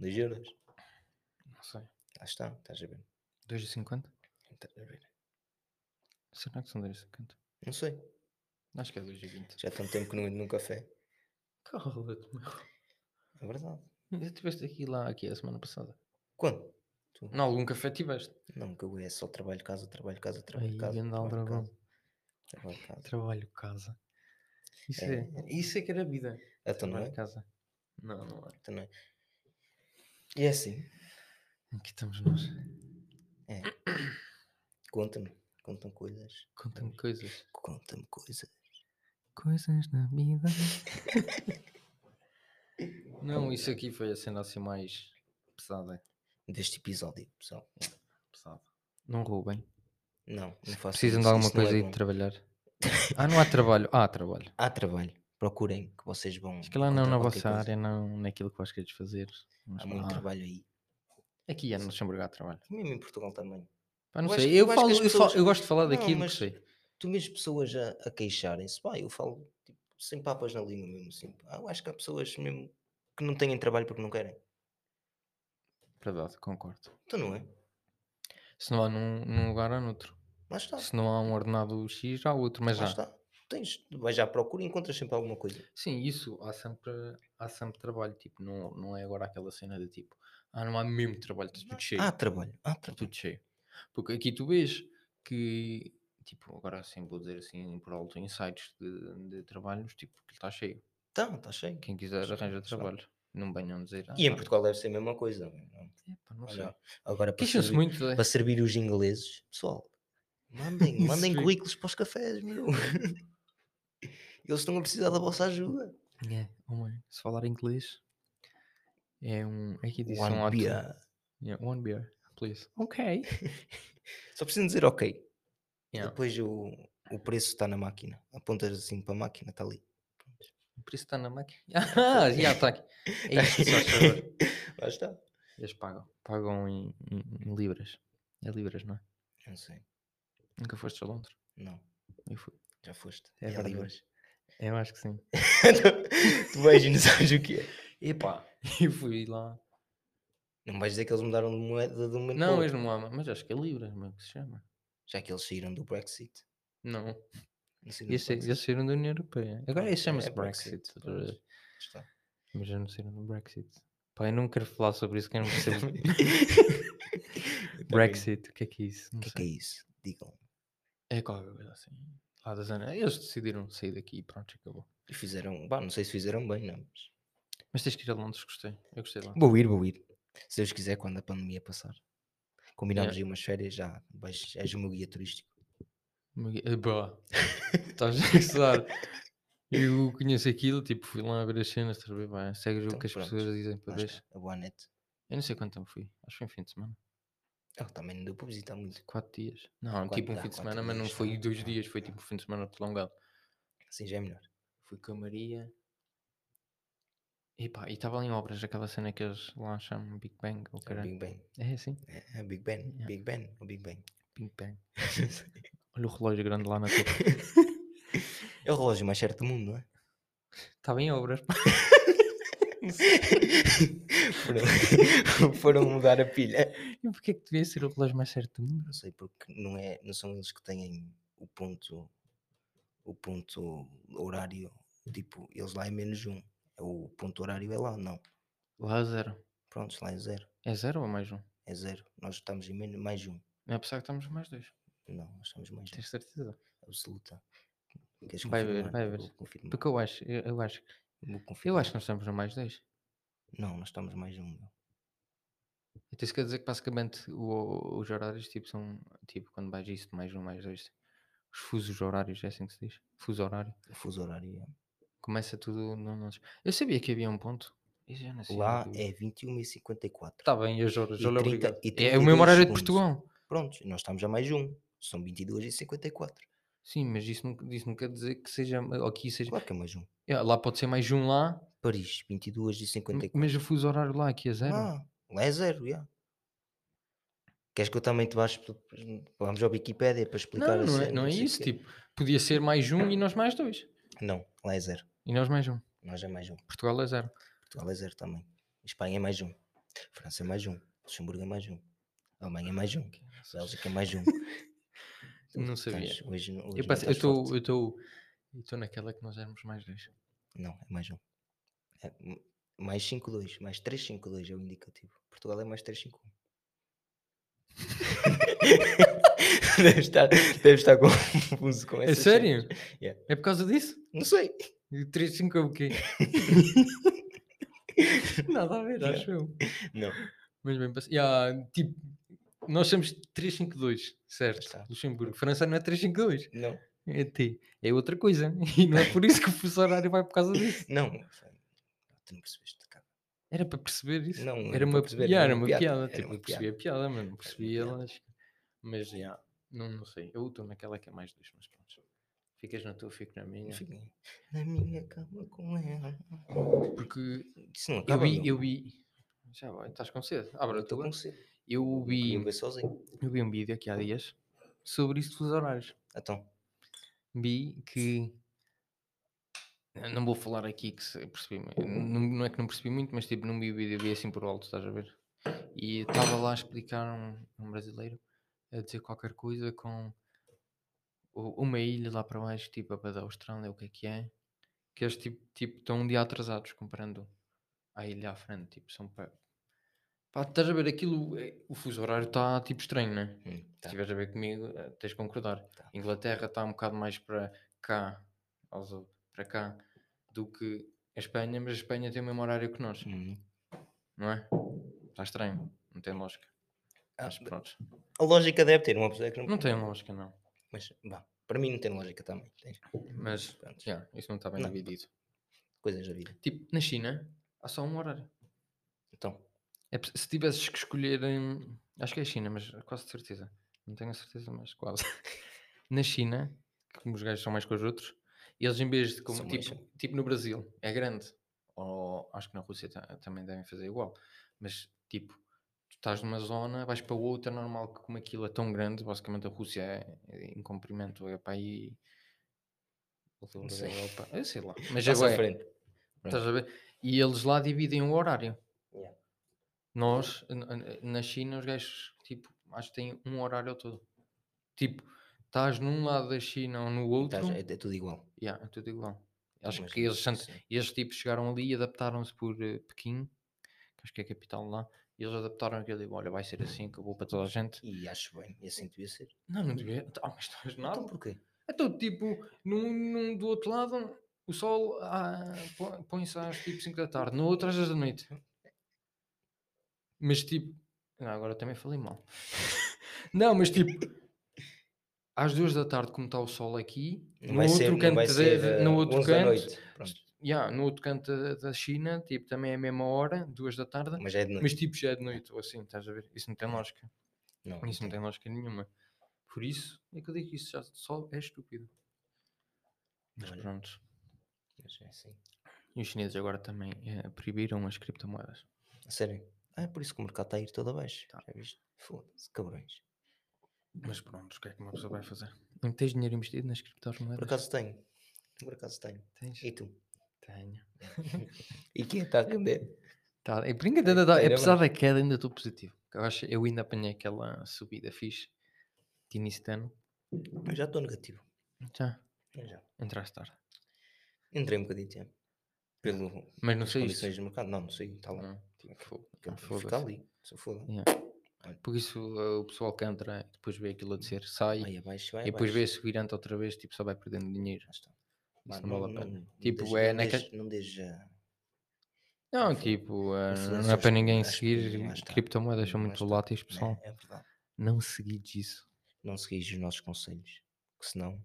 B: 2 euros.
A: Não sei,
B: Lá está, estás a ver?
A: 2,50?
B: Estás a ver?
A: Será que são 2,50?
B: Não sei,
A: Acho que é 2,20.
B: já há tanto tempo que não ando num café.
A: Cala-te, meu.
B: É verdade.
A: Ainda estiveste aqui lá, aqui, a semana passada.
B: Quando?
A: Em algum café tiveste?
B: Não, que eu é só trabalho, casa, trabalho, casa, trabalho,
A: Aí,
B: casa.
A: grande
B: trabalho,
A: aldrabão.
B: casa, trabalho, casa.
A: Trabalho, casa. Isso
B: É.
A: é, isso é que era vida.
B: Então não
A: Trabalho,
B: é?
A: casa. Não, não é.
B: Então não é. E é assim, é.
A: Aqui estamos nós.
B: conta-me, contam coisas,
A: Conta-me coisas.
B: conta-me coisas.
A: Coisas na vida. Não, isso aqui foi a cena assim mais pesada.
B: Deste episódio, pessoal.
A: pesada. Não roubem.
B: Não, não façam
A: Precisam de
B: isso,
A: alguma
B: isso não é
A: coisa aí
B: bom.
A: de trabalhar. Ah, não há trabalho. Ah, há trabalho.
B: Há trabalho. Procurem que vocês vão.
A: Acho que lá não é
B: encontrar
A: na
B: qualquer
A: vossa
B: coisa.
A: área, não naquilo que vós queres fazer. Mas
B: Há muito
A: lá-
B: trabalho aí.
A: Aqui é no Luxemburgo há trabalho.
B: E mesmo em Portugal também.
A: Pá, não
B: Eu acho
A: sei,
B: que-
A: eu,
B: eu acho que
A: falo,
B: as
A: eu, falo-
B: pessoas-
A: eu gosto de falar
B: Não,
A: daquilo
B: mas-
A: que sei.
B: Tu mesmo pessoas a, a queixarem-se, pá, eu falo tipo, sem papas na língua mesmo. Assim. Ah, Eu acho que há pessoas mesmo que não têm trabalho porque não querem.
A: Verdade, concordo.
B: Então não é?
A: Se não há num, num lugar, há noutro.
B: Lá está.
A: Se não há um ordenado X, há outro, mas
B: Lá
A: já.
B: está. Tens, vais à procura e encontras sempre alguma coisa.
A: Sim, isso, há sempre, há sempre trabalho, tipo, não, não é agora aquela cena de tipo, ah, não há mesmo trabalho, está tudo cheio.
B: Há trabalho. Há
A: Está
B: trabalho.
A: tudo cheio. Porque aqui tu vês que, tipo, agora assim vou dizer assim por alto, em sites de, de trabalhos, tipo, que está cheio.
B: Está, está Tá, cheio.
A: Quem quiser
B: Está,
A: arranja
B: está.
A: trabalho. Não venham dizer. "Ah,
B: E em
A: pá,
B: Portugal deve ser a mesma coisa. não é?
A: epá, não
B: Olha,
A: sei.
B: agora para
A: Queixam-se
B: servir,
A: muito, é.
B: para servir os ingleses, pessoal, mandem, mandem
A: Sim.
B: currículos para os cafés, meu. Eles estão a precisar da vossa ajuda.
A: É, oh, mãe, se falar inglês, é um. É que disse um
B: One
A: ato.
B: beer.
A: Yeah, one beer, please. Ok.
B: Só precisam dizer ok.
A: Yeah.
B: Depois o, o preço está na máquina. Apontas assim para a máquina, está ali.
A: Por isso está na máquina. Ah, já está aqui. É isto, só favor.
B: Lá está.
A: Eles pagam. Pagam em, em- em libras. É libras, não é?
B: Não sei.
A: Nunca foste a Londres?
B: Não,
A: Eu fui.
B: já foste.
A: É
B: E há
A: verdade.
B: libras.
A: Eu acho que sim.
B: tu vais e não sabes o que é.
A: Epá, eu fui lá.
B: Não vais dizer que eles mudaram de moeda de um momento para
A: Não,
B: o
A: eles
B: outro,
A: não amam, mas acho que é libras, meu, que se chama.
B: Já que eles saíram do Brexit.
A: Não,
B: Não saíram do
A: eles, sa-
B: Brexit.
A: eles saíram um da União Europeia. é, Agora
B: Pronto,
A: eles
B: é-
A: chamam-se
B: é
A: Brexit.
B: Brexit, pronto.
A: eh,
B: Está.
A: Mas já não saíram do Brexit. Pá, eu não quero falar sobre isso, que eu não percebo. Brexit, o que é que é isso? Não
B: O que é que é
A: sei.
B: isso? Digam.
A: É qualquer coisa assim. Lá da zona. Eles decidiram sair daqui e pronto, acabou.
B: E fizeram, pá, não sei se fizeram bem, não. mas-
A: Mas tens que ir a Londres, gostei. Eu gostei lá.
B: Vou ir, vou ir. Se Deus quiser, quando a pandemia passar. Combinamos aí umas férias, já vais, és o meu guia turístico.
A: Uma- eh, Bah, estás a gostar. Eu conheço aquilo, tipo, fui lá ver as cenas, estás a ver, pá, segues o
B: Então,
A: que as
B: pronto.
A: pessoas dizem para
B: Lá
A: ver.
B: está, a boa net.
A: Eu não sei quanto tempo fui. Acho que foi um fim de semana.
B: Ah, também não deu para visitar muito.
A: Quatro dias. Não,
B: Quatro-
A: tipo um
B: ah,
A: fim de
B: quatro
A: semana, mas não
B: dias,
A: foi
B: ah,
A: dois
B: ah,
A: dias. Foi
B: ah.
A: tipo um fim de semana prolongado.
B: Assim já é melhor.
A: Fui com a Maria. E pá, e estava ali em obras aquela cena que eles lá chamam Big Bang. Ou
B: É o
A: caralho.
B: Big Ben.
A: É assim?
B: É, é o Big Ben.
A: Yeah.
B: Big Ben. O Big Ben.
A: Big Bang. Olha o relógio grande lá na torre.
B: É o relógio mais certo do mundo, não é?
A: Estava Tá em obras. pá.
B: foram, foram mudar a pilha.
A: E porquê que devia ser o relógio mais certo do mundo?
B: Não sei porque não, é, não são eles que têm o ponto, o ponto horário. Tipo, eles lá é menos um. É O ponto horário é lá, não.
A: Lá é zero.
B: Prontos, lá é zero.
A: É zero ou mais um?
B: É zero. Nós estamos em menos mais um.
A: Não é apesar que estamos mais dois.
B: Não, nós estamos mais um.
A: Tens certeza?
B: Absoluta. Queres
A: Vai ver,
B: confirmar?
A: vai ver.
B: Vou confirmar.
A: Porque eu acho, eu, eu acho,
B: Vou
A: eu
B: confirmar.
A: acho que nós estamos no mais dois.
B: Não, nós estamos mais um. meu.
A: Então isso quer dizer que basicamente o- os horários tipo são tipo quando vais isto mais um mais dois os fusos horários é assim que se diz fuso horário
B: O fuso horário é.
A: começa tudo no nosso eu sabia que havia um ponto isso já não sei
B: Lá é 21h54.
A: está bem as horas
B: e
A: olha
B: 30
A: obrigado
B: e
A: é o mesmo
B: 32
A: horário de
B: segundos.
A: Portugal
B: Prontos, nós estamos a mais um. São 22h54.
A: sim mas isso não, isso não quer dizer que seja ou que isso seja
B: Claro que é mais um.
A: É, lá pode ser mais um lá
B: Paris,
A: m-
B: 22h54.
A: mas o fuso horário lá aqui é zero
B: Ah, lá é zero, já. Queres que eu também te baixe? Vamos ao Wikipédia para explicar
A: não
B: a
A: não é,
B: cena,
A: não é
B: sei o
A: isso
B: quê.
A: tipo podia ser mais um e nós mais dois
B: Não, lá é zero.
A: e nós mais um
B: Nós é mais um.
A: Portugal é zero
B: Portugal é zero também. Espanha é mais um. França é mais um. Luxemburgo é mais um. Alemanha é mais um. Bélgica é mais um. Tu
A: Não
B: estás-
A: sabia.
B: hoje, não- hoje
A: Eu
B: não
A: passei- eu
B: estás forte.
A: estou eu estou eu estou naquela que nós éramos mais dois.
B: Não, é mais um. É m- mais 5-2, mais 3-5-2 é o indicativo. Portugal é mais 3-5-1. deve, estar, deve estar confuso com
A: É
B: essa.
A: sério?
B: Yeah.
A: É por causa disso?
B: Não sei.
A: E o 3-5 é o quê? Nada a ver,
B: Yeah.
A: acho eu.
B: Não.
A: Mas bem, passe- yeah, tipo, nós somos 3-5-2, certo?
B: está.
A: Luxemburgo. França não é 3-5-2,
B: Não.
A: é T. É outra coisa. E não é por isso que o fuso horário vai por causa disso.
B: Não. foi- Tu não percebeste, cara.
A: Era para perceber isso.
B: Não,
A: era
B: para
A: uma,
B: perceber,
A: yeah,
B: era
A: era
B: uma
A: uma
B: piada,
A: piada.
B: era
A: tipo,
B: uma
A: eu percebi a piada, mas não percebi
B: piada.
A: elas. Mas já, não, não sei. Eu estou naquela que é mais dois, mas pronto. Ficas na tua, fico na minha.
B: Fiquei na minha cama com ela.
A: Porque
B: Isso não
A: eu
B: acaba,
A: vi,
B: meu.
A: eu vi. Já vai, estás com sede. Abre
B: Eu
A: a
B: estou
A: tua.
B: com um sede.
A: Eu
B: Eu
A: vi,
B: queria ver sozinho.
A: eu vi um vídeo aqui há dias Então, sobre isso dos horários.
B: Então,
A: Vi que. N- eh, Não vou falar aqui que se- percebi, mu- não, não é que não percebi muito, mas tipo, não vi o vídeo, vi assim por alto, estás a ver? E estava lá a explicar um, um brasileiro a dizer qualquer coisa com u- uma ilha lá para baixo, tipo a da Austrália, o que é que é? Que eles tipo, tipo, estão um dia atrasados comparando à ilha à frente, tipo, são pá, pá, estás a ver aquilo, é- o fuso horário está tipo estranho, não é?
B: Hum, tá.
A: Se estiveres a ver comigo, eh, tens de concordar.
B: Tá.
A: Inglaterra está um bocado mais para cá, aos ou- para cá, do que a Espanha, mas a Espanha tem o mesmo horário que nós,
B: Hum.
A: não é? Está estranho, não tem lógica.
B: Ah,
A: Mas pronto,
B: A lógica deve ter, uma pessoa que não...
A: não tem lógica, não.
B: Mas, vá, para mim não tem lógica também. Tens
A: Mas,
B: Pronto,
A: já, isso não está bem
B: Não.
A: dividido.
B: coisas da vida.
A: Tipo, na China, há só um horário.
B: Então,
A: É preci- se tivesses que escolher, hum, acho que é a China, mas quase de certeza. Não tenho a certeza, mas quase. Na China, que como os gajos são mais que os outros, eles em vez de como
B: São mais,
A: tipo, tipo no Brasil, é grande. Ou acho que na Rússia ta- também devem fazer igual. Mas tipo, tu estás numa zona, vais para outra, é normal que como aquilo é tão grande, basicamente a Rússia é, é em comprimento, é para aí.
B: Não sei.
A: Europa, Eu sei lá. Mas
B: passa à
A: agora, é
B: frente. Pronto.
A: Estás a ver? E eles lá dividem o horário.
B: Yeah.
A: Nós, n- n- na China, os gajos, tipo, acho que têm um horário ao todo. Tipo, estás num lado da China ou no outro,
B: Estás- é, é tudo igual.
A: yeah, é tudo igual. Acho
B: Mas
A: que é eles, são-
B: sim.
A: eles, tipo, chegaram ali e adaptaram-se por eh, Pequim, que acho que é a capital lá, e eles adaptaram aquilo e olha, vai ser assim, que eu vou para toda a gente.
B: E acho bem, e assim devia ser.
A: Não, não devia. Ah, mas estás nada.
B: Então porquê?
A: Então, tipo, num, num- do outro lado, o sol ah, pô- põe-se às tipo 5 da tarde, no outro às 10 da noite. Mas tipo. Não, agora também falei mal. Não, mas tipo. Às 2 da tarde, como está o sol aqui,
B: Não
A: no
B: vai
A: outro
B: ser, não
A: canto,
B: vai
A: da-
B: ser
A: da-
B: eh,
A: no outro
B: 11 da
A: canto,
B: noite. Pronto.
A: yeah, no outro canto da, da China, tipo, também é a mesma hora, 2 da tarde,
B: Mas já é de noite.
A: mas tipo já é de noite, ou assim, estás a ver? Isso não tem lógica.
B: Não,
A: Isso não tem lógica nenhuma. Por isso é que eu digo que isso já só é estúpido. Mas
B: Olha.
A: pronto.
B: mas é assim.
A: E os chineses agora também eh, proibiram as criptomoedas.
B: A sério. Ah, é por isso que o mercado está a ir todo abaixo.
A: Tá.
B: Já viste? Foda-se, cabrões.
A: Mas pronto, o que é que uma pessoa vai fazer? Não tens dinheiro investido nas
B: Por
A: criptomoedas?
B: acaso tenho. Por acaso tenho.
A: Tens?
B: E tu?
A: Tenho.
B: E é? quem está a render?
A: Tá, é, por enquanto ainda dá-
B: Ainda
A: apesar
B: bem.
A: da queda, ainda estou positivo. Eu, acho, eu ainda apanhei aquela subida fixe de início de ano. Tá,
B: Eu já estou negativo.
A: Já,
B: Eu já.
A: entraste tarde.
B: Entrei um bocadinho já. Pelo
A: Mas não
B: as
A: sei
B: condições
A: isso.
B: do mercado. Não, não sei. Está lá.
A: Não, tipo, fogo.
B: Fica-
A: foda-se.
B: Fica ali. Se foda.
A: Por isso eh, o pessoal que entra e depois vê aquilo a descer, sai.
B: Aí abaixo
A: E
B: vai
A: depois
B: abaixo.
A: vê subir ante outra vez, tipo, só vai perdendo dinheiro.
B: Já está. Pá,
A: Isso não vale a
B: não-
A: pena.
B: não
A: Tipo,
B: deixe-
A: é
B: não
A: naquele-
B: deixe- Não deixa.
A: Não,
B: influ-
A: tipo, eh, não é
B: influencers
A: para ninguém
B: acho que
A: seguir.
B: lá está.
A: Criptomoedas são
B: Lá
A: muito
B: está,
A: voláteis, pessoal.
B: É verdade.
A: Não seguides isso.
B: Não seguis os nossos conselhos. Que senão,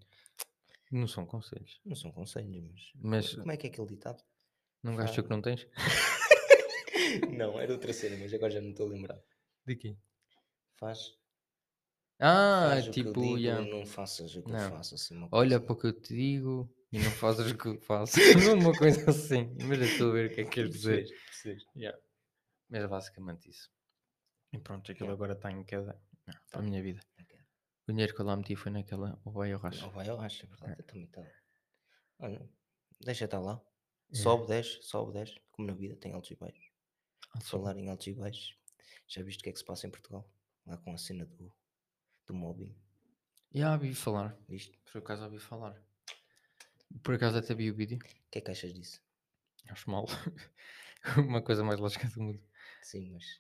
A: Não são conselhos.
B: não são conselhos, mas.
A: Mas
B: Como é que é aquele ditado?
A: não gastes o
B: fala.
A: que não tens?
B: não, era outra cena, mas agora já não estou a lembrar.
A: De quê?
B: Faz.
A: Ah,
B: faz o que eu
A: tipo,
B: digo,
A: yeah,
B: não faças o que
A: Não.
B: eu faço. Assim, uma
A: olha
B: coisa.
A: para o que eu te digo e não fazes o que eu faço. Não, uma coisa assim. Mas eu estou a ver o que é que queres dizer.
B: Percebes, percebes.
A: Yeah. Mas é basicamente isso. E pronto, aquilo
B: Yeah. Tá.
A: agora está em queda. Ah, Para a minha vida.
B: Ok.
A: O dinheiro que eu lá meti foi naquela. Ou vai ou racha.
B: Não vai, eu acho, é verdade. Eu também estava. Olha, deixa estar lá.
A: Uhum.
B: Sobe, desce, sobe, desce. Como na vida, tem altos e baixos.
A: Ah, só-
B: Falar em altos e baixos, já viste o que é que se passa em Portugal? Lá com a cena do, do mobbing,
A: Já ouvi falar.
B: viste?
A: Por acaso ouvi falar. Por acaso até vi o vídeo.
B: O que é que achas disso?
A: Acho mal. Uma coisa mais lógica do mundo.
B: Sim, mas.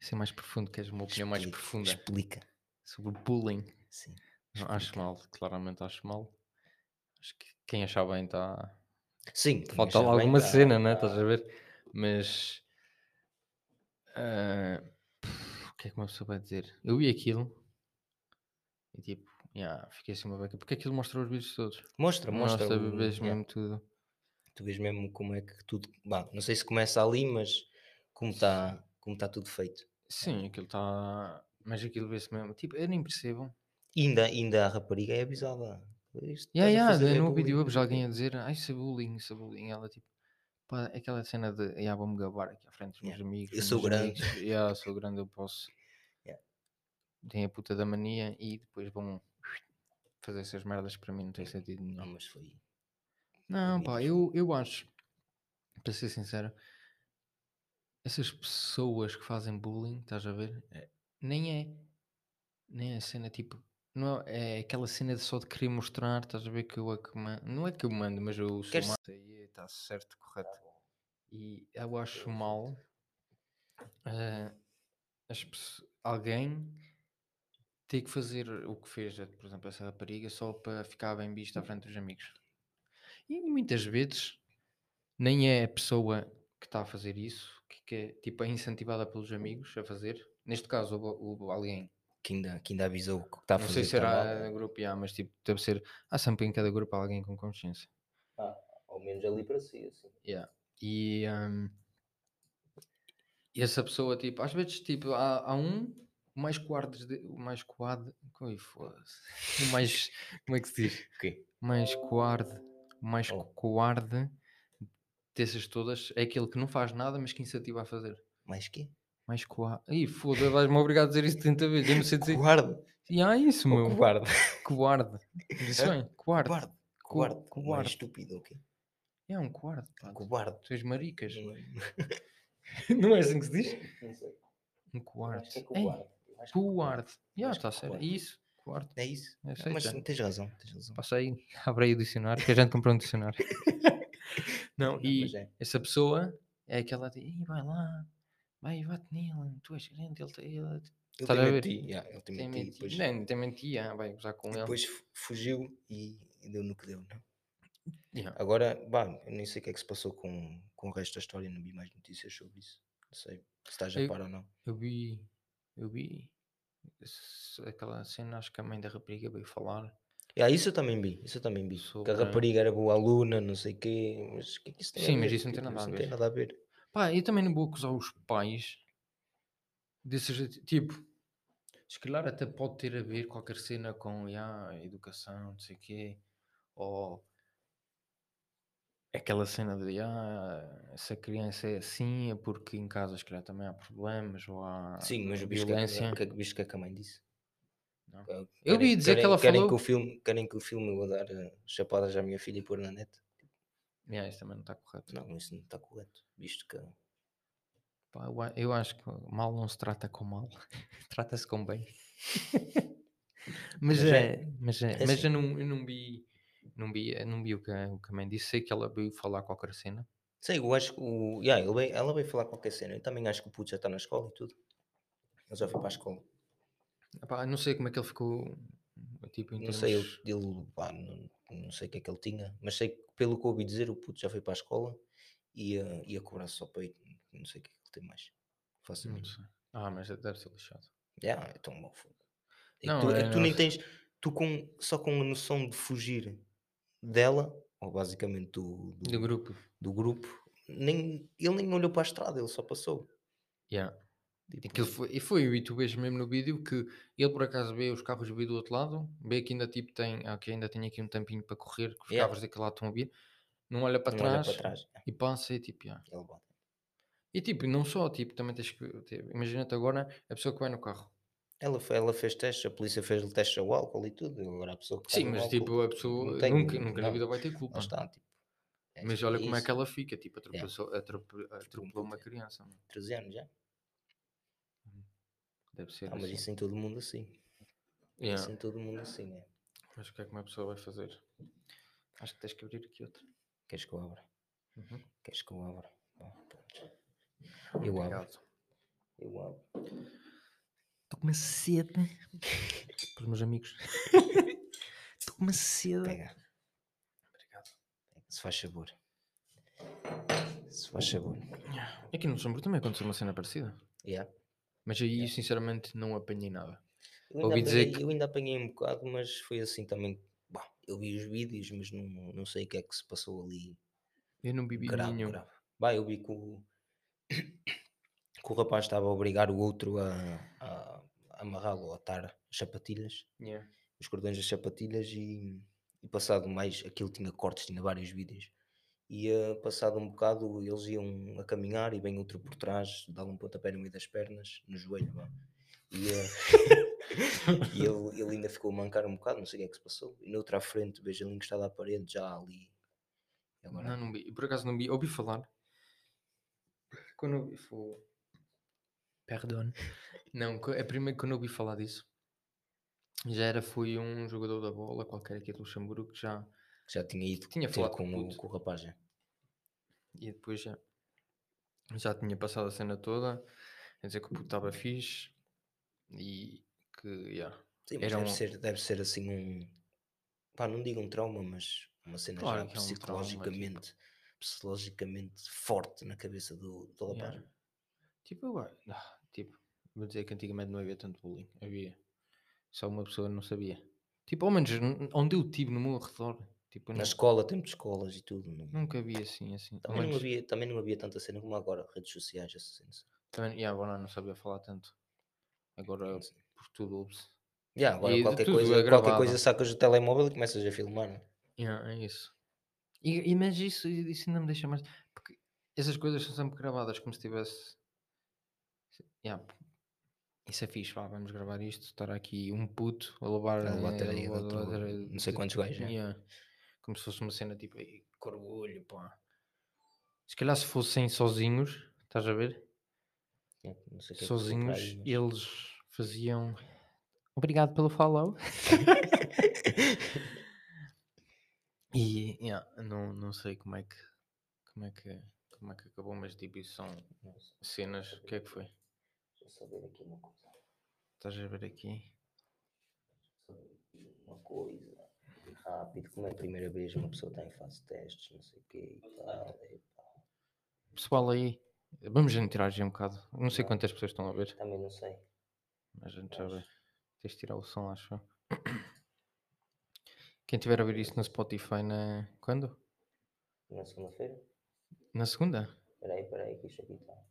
A: Isso é mais profundo, queres uma opinião mais
B: explica-
A: profunda
B: Explica,
A: sobre bullying.
B: sim.
A: Não, acho mal, claramente acho mal. Acho que quem achar bem está.
B: Sim, quem
A: Falta
B: achar
A: lá
B: bem,
A: alguma
B: tá-
A: cena, né?
B: tá-
A: Estás a ver? Mas. ah, o que é que uma pessoa vai dizer? Eu vi aquilo e tipo, yeah, fiquei assim uma beca. Porque aquilo mostra os vídeos todos.
B: Mostra, mostra.
A: Mostra,
B: o-
A: vês
B: yeah,
A: mesmo tudo.
B: Tu vês mesmo como é que tudo. Bah, não sei se começa ali, mas como está como tá tudo feito. É.
A: Sim, aquilo está. Mas aquilo vê-se mesmo. Tipo, eu nem percebo.
B: Tá Ainda, ainda a rapariga é avisada. Isto
A: Yeah,
B: estás a
A: yeah,
B: fazer é
A: no
B: bullying,
A: vídeo
B: não
A: houve
B: sei o
A: tipo, alguém
B: quê.
A: a dizer ai, isso é bullying, isso é bullying. Ela tipo, pá, aquela cena de yeah, vou-me gabar aqui à frente dos meus
B: Yeah,
A: amigos.
B: eu
A: dos
B: sou
A: meus
B: grande."
A: amigos, yeah, eu sou grande, eu posso.
B: Yeah.
A: Tem a puta da mania e depois vão fazer essas merdas para mim, não tem sentido nenhum.
B: Não,
A: Não,
B: mas foi.
A: Não,
B: Amigos.
A: pá, eu, eu acho, para ser sincero, essas pessoas que fazem bullying, estás a ver? eh, Nem é, nem é cena tipo. Não é, é aquela cena de só de querer mostrar, estás a ver que eu é que mando. Não é que eu mando, mas eu sou
B: Queres-
A: massa e está certo, correto. Tá E eu acho mal eh, as pesso- alguém ter que fazer o que fez, eh, por exemplo, essa rapariga só para ficar bem vista à frente dos amigos. E muitas vezes nem é a pessoa que está a fazer isso, que, que é, tipo, é incentivada pelos amigos a fazer. Neste caso, houve- houve alguém
B: Que ainda, que ainda avisou que o que está a
A: não
B: fazer.
A: sei se
B: está
A: era
B: mal.
A: a grupo A, mas tipo, deve ser. Há sempre em cada grupo alguém com consciência.
B: Ao menos ali para si, assim.
A: E, hum, e essa pessoa, tipo, às vezes, tipo, há, há um, o mais quadros, de, o mais quad. Como O mais. Como é que se diz?
B: O quê?
A: O mais coarde, o mais
B: Oh.
A: coarde dessas todas é aquele que não faz nada, mas que incentiva a fazer.
B: Mais quê?
A: Mais coarde. Ih, foda-se, vais-me obrigado a dizer isso 30 vezes. Eu não sei dizer.
B: Covarde.
A: E há isso,
B: Ou
A: meu.
B: Covarde.
A: Coarde. Disse
B: Hã?
A: bem, coarde.
B: Covarde.
A: Co-
B: Covarde.
A: covarde.
B: Covarde. é Estúpido, o quê?
A: É um coarde. pá.
B: Covarde.
A: Tu és maricas.
B: Não é?
A: Não é assim que se diz?
B: Não sei.
A: Um coarde.
B: Acho que é
A: Ei,
B: covarde. Eu acho que é
A: coarde. Já
B: acho que
A: está
B: é
A: certo. É
B: covarde.
A: isso. Coarde.
B: É isso.
A: É,
B: Mas
A: aceita.
B: sim, tens razão. Tens razão.
A: Passa aí, abre aí o dicionário, que a gente comprou um dicionário. Não, e
B: Mas é.
A: essa pessoa é aquela de, "Ei, vai lá, vai, bate nele, tu és grande, ele, te- ele te-
B: Ele
A: Estás a
B: tem
A: ver?
B: menti, yeah, ele tem
A: tem
B: menti,
A: mentia.
B: depois,
A: Não, tem mentia, ah, vai gozar com ele.
B: depois fu- fugiu e, e deu no que deu. Não?
A: Yeah.
B: Agora, bah, eu nem sei o que é que se passou com, com o resto da história, não vi mais notícias sobre isso. Não sei se estás a
A: Eu-
B: par ou não.
A: Eu vi, eu vi s- aquela cena, acho que a mãe da rapariga veio falar.
B: Yeah, Ah, isso eu também vi, isso eu também vi. Que
A: Sobre-
B: a rapariga era boa aluna, não sei o quê, mas o que é que isso tem a
A: Sim,
B: ver?
A: mas isso não tem
B: Tipo,
A: nada a
B: isso não
A: ver.
B: tem nada a ver.
A: Pá, eu também não vou acusar os pais desses. ati- Tipo, se calhar até pode ter a ver qualquer cena com ya, a educação, não sei o quê, ou aquela cena de ah, essa criança é assim, é porque em casa se calhar também há problemas ou há
B: Sim, mas o bicho que, é que-
A: Ah, violência.
B: que, é que- bicho que é que a mãe disse.
A: Não.
B: Que-
A: Eu ouvi
B: querem-
A: dizer que
B: querem-
A: ela
B: querem
A: falou-
B: Que o filme, querem que o filme eu vou dar eh, chapadas à minha filha e pôr na net?
A: Ya, isso também não está correto.
B: Não, isso não está correto. Visto que
A: Pá, eu, a- eu acho que mal não se trata com mal, trata-se com bem. mas,
B: Mas é-
A: é, mas, é,
B: é
A: mas
B: assim.
A: eu, não, eu não vi, não vi, eu não vi o que, a- o que a mãe disse. Sei que ela veio falar qualquer cena.
B: Sei, eu acho que o... yeah, ele veio- ela veio falar qualquer cena. Eu também acho que o puto já está na escola e tudo. Ele já foi para a escola.
A: Epá, não sei como é que ele ficou. Tipo, em
B: não sei, ele,
A: termos-
B: ele, pá, não, não sei o que é que ele tinha, mas sei que pelo que ouvi dizer, o puto já foi para a escola e ia, ia cobrar só peito. Não sei o que é que ele tem mais. Faço a
A: não
B: mínima.
A: sei. Ah, mas deve ser lixado.
B: Yeah, é tão mau. fogo. É que
A: Hum. Não,
B: tu, é
A: é,
B: que tu
A: não
B: nem
A: sei.
B: tens. Tu com, só com a noção de fugir dela, ou basicamente do, do,
A: Do grupo.
B: do grupo, nem, ele nem olhou para a estrada, ele só passou.
A: Yeah.
B: Tipo,
A: Aquilo foi, e foi, e tu vês mesmo no vídeo que ele por acaso vê os carros vir do outro lado, vê que ainda tipo tem, ah, que ainda tem aqui um tampinho para correr, que os
B: Yeah.
A: carros daquele lado estão a vir, não olha para,
B: não olha
A: trás,
B: para trás. é,
A: e passa e tipo, yeah.
B: Ele bate.
A: E tipo, não só, tipo, também tens que. ter- Imagina-te agora a pessoa que vai no carro.
B: Ela, fe- ela fez teste, a polícia fez-lhe teste ao álcool e tudo. Agora a pessoa que está
A: Sim,
B: no
A: mas
B: álcool,
A: tipo, a
B: não
A: pessoa
B: tem,
A: nunca,
B: não-
A: nunca na
B: não,
A: vida vai ter
B: lá
A: culpa.
B: está, tipo, é
A: Mas
B: tipo
A: olha como é
B: isso,
A: que ela fica, tipo, atropelou, atrope- atropelou uma
B: puta.
A: criança. mano.
B: 13 anos já.
A: Deve ser.
B: Ah, mas
A: assim.
B: isso em todo mundo assim.
A: Yeah,
B: Isso em todo mundo assim, é.
A: Mas o que é que uma pessoa vai fazer? Acho que tens que abrir aqui outro.
B: Queres que eu abra?
A: Uhum.
B: Queres que eu abra? Vá, pronto. Eu abro.
A: Obrigado.
B: Eu abro.
A: Estou com uma sede. né? Para os meus amigos. Estou com uma sede.
B: Pega.
A: Obrigado.
B: Se faz sabor. Se faz sabor.
A: Aqui É no Sombro também aconteceu uma cena parecida.
B: Yeah.
A: Mas aí, sinceramente, não apanhei nada.
B: Eu, ainda
A: Ouvi dizer
B: apanhei,
A: que-
B: eu ainda apanhei um bocado, mas foi assim também. Bom, eu vi os vídeos, mas não, não sei o que é que se passou ali
A: Eu não bebi
B: grave,
A: nenhum.
B: grave. Bah, eu vi que o, que o rapaz estava a obrigar o outro a, a, a amarrá-lo, a atar as sapatilhas,
A: Yeah.
B: os cordões das sapatilhas e, e passado mais, aquilo tinha cortes, tinha vários vídeos. E eh, passado um bocado eles iam a caminhar e vem outro por trás, dá-lhe um pontapé no meio das pernas, no joelho. vá. E, eh, e ele, ele ainda ficou a mancar um bocado, não sei o que é que se passou. E noutra à frente, vejo ele encostado à parede, já ali Agora,
A: Não, não vi. Por acaso não vi. Ouvi falar. Quando ouvi falar... Perdão. Não, co- a primeira quando ouvi falar disso já era, foi um jogador da bola qualquer aqui do Luxemburgo que já...
B: já tinha ido
A: Tinha
B: ter
A: falado com o
B: com, o,
A: puto.
B: com o rapaz. é. Já.
A: E depois já, já tinha passado a cena toda, a dizer que o puto estava fixe e que, yeah.
B: Sim, mas
A: Era um-
B: deve, ser, deve ser assim um. Pá, não digo um trauma, mas uma cena
A: Claro
B: já
A: que é um trauma, tipo-
B: psicologicamente, psicologicamente forte na cabeça do, do rapaz.
A: yeah. Tipo, agora, ah, tipo, vou dizer que antigamente não havia tanto bullying, havia. Só uma pessoa não sabia. Tipo, ao menos n- onde eu tive no meu redor, tipo,
B: Na
A: nu-
B: escola, tempo de escolas e tudo. não-
A: nunca havia assim, assim. Ao
B: Também, não
A: menos,
B: havia, também não havia tanta cena como agora, redes sociais, essa cena.
A: também, yeah, agora não sabia falar tanto. Agora,
B: Sim.
A: por tudo, ouve-se.
B: Yeah, agora
A: E de
B: qualquer,
A: tudo é
B: coisa, qualquer
A: gravado.
B: coisa sacas do telemóvel e começas a filmar. não é?
A: Yeah, é isso. E, e mas isso, isso ainda me deixa mais. Porque essas coisas são sempre gravadas como se tivesse. se- Yeah, p- isso é fixe, vá, vamos gravar isto. Estar aqui um puto a levar
B: A
A: eh,
B: lotaria de
A: a
B: outro-
A: lotaria
B: não sei
A: de-
B: quantos gajos, é.
A: yeah. Como se fosse uma cena tipo, "Ei, que orgulho, pá. Se calhar se fossem sozinhos, estás a ver?
B: Não- não sei o que é que se
A: Sozinhos,
B: traz, mas-
A: eles faziam. Obrigado pelo follow. E yeah, não, não sei como é que como é que como é que acabou, mas tipo isso são
B: Nossa,
A: cenas. O que é que foi?
B: deixa eu só ver aqui uma coisa.
A: Estás a ver aqui?
B: uma coisa rápido, como é a primeira vez uma pessoa está em fase de testes, não sei o quê e tal. é, e pá.
A: Pessoal aí, vamos interagir um bocado. Não sei
B: Vá.
A: quantas pessoas estão a ver,
B: Também não sei.
A: mas a gente já vê. Tens de tirar o som, acho. eu. Quem tiver a ouvir isso no Spotify na. Quando?
B: Na segunda-feira?
A: Na segunda?
B: Espera aí, espera aí, que isto aqui está.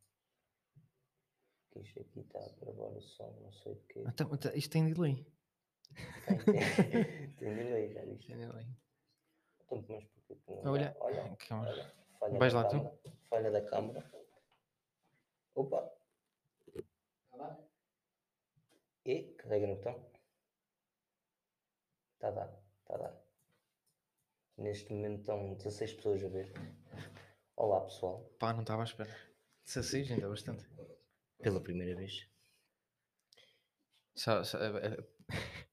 B: Que isto aqui está a gravar o som, não sei o quê.
A: Então, então, isto tem delay.
B: Tem, tem, tem delay, já viste?
A: Tem delay.
B: Então, mas porquê que não dá?
A: Olha,
B: olha,
A: que é amor.
B: olha, falha
A: Vais
B: da
A: lá, tu?
B: câmara. Falha da câmara. Opa! E carrega no botão. Está a dar, está a dar. Neste momento estão 16 pessoas a ver. Olá pessoal,
A: Pá, não estava à espera. 16 ainda é bastante.
B: pela primeira vez.
A: Só- só- eh,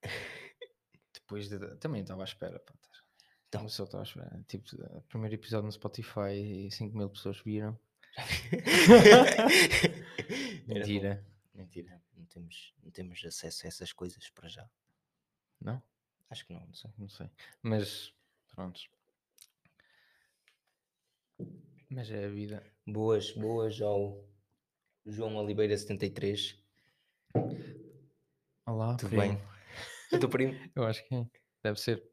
A: eh, depois de. Também estava à espera. Pá, estás-
B: Então.
A: uma pessoa estava à espera. Tipo, eh, primeiro episódio no Spotify e 5 mil pessoas viram. É Mentira.
B: Mentira, não temos, não temos acesso a essas coisas para já.
A: Não?
B: Acho que não, não sei.
A: Não sei. Mas pronto. Mas é a vida.
B: Boas, boas ao João Oliveira 73.
A: Olá,
B: Tudo
A: primo.
B: bem? O teu primo?
A: Eu acho que é. Deve ser.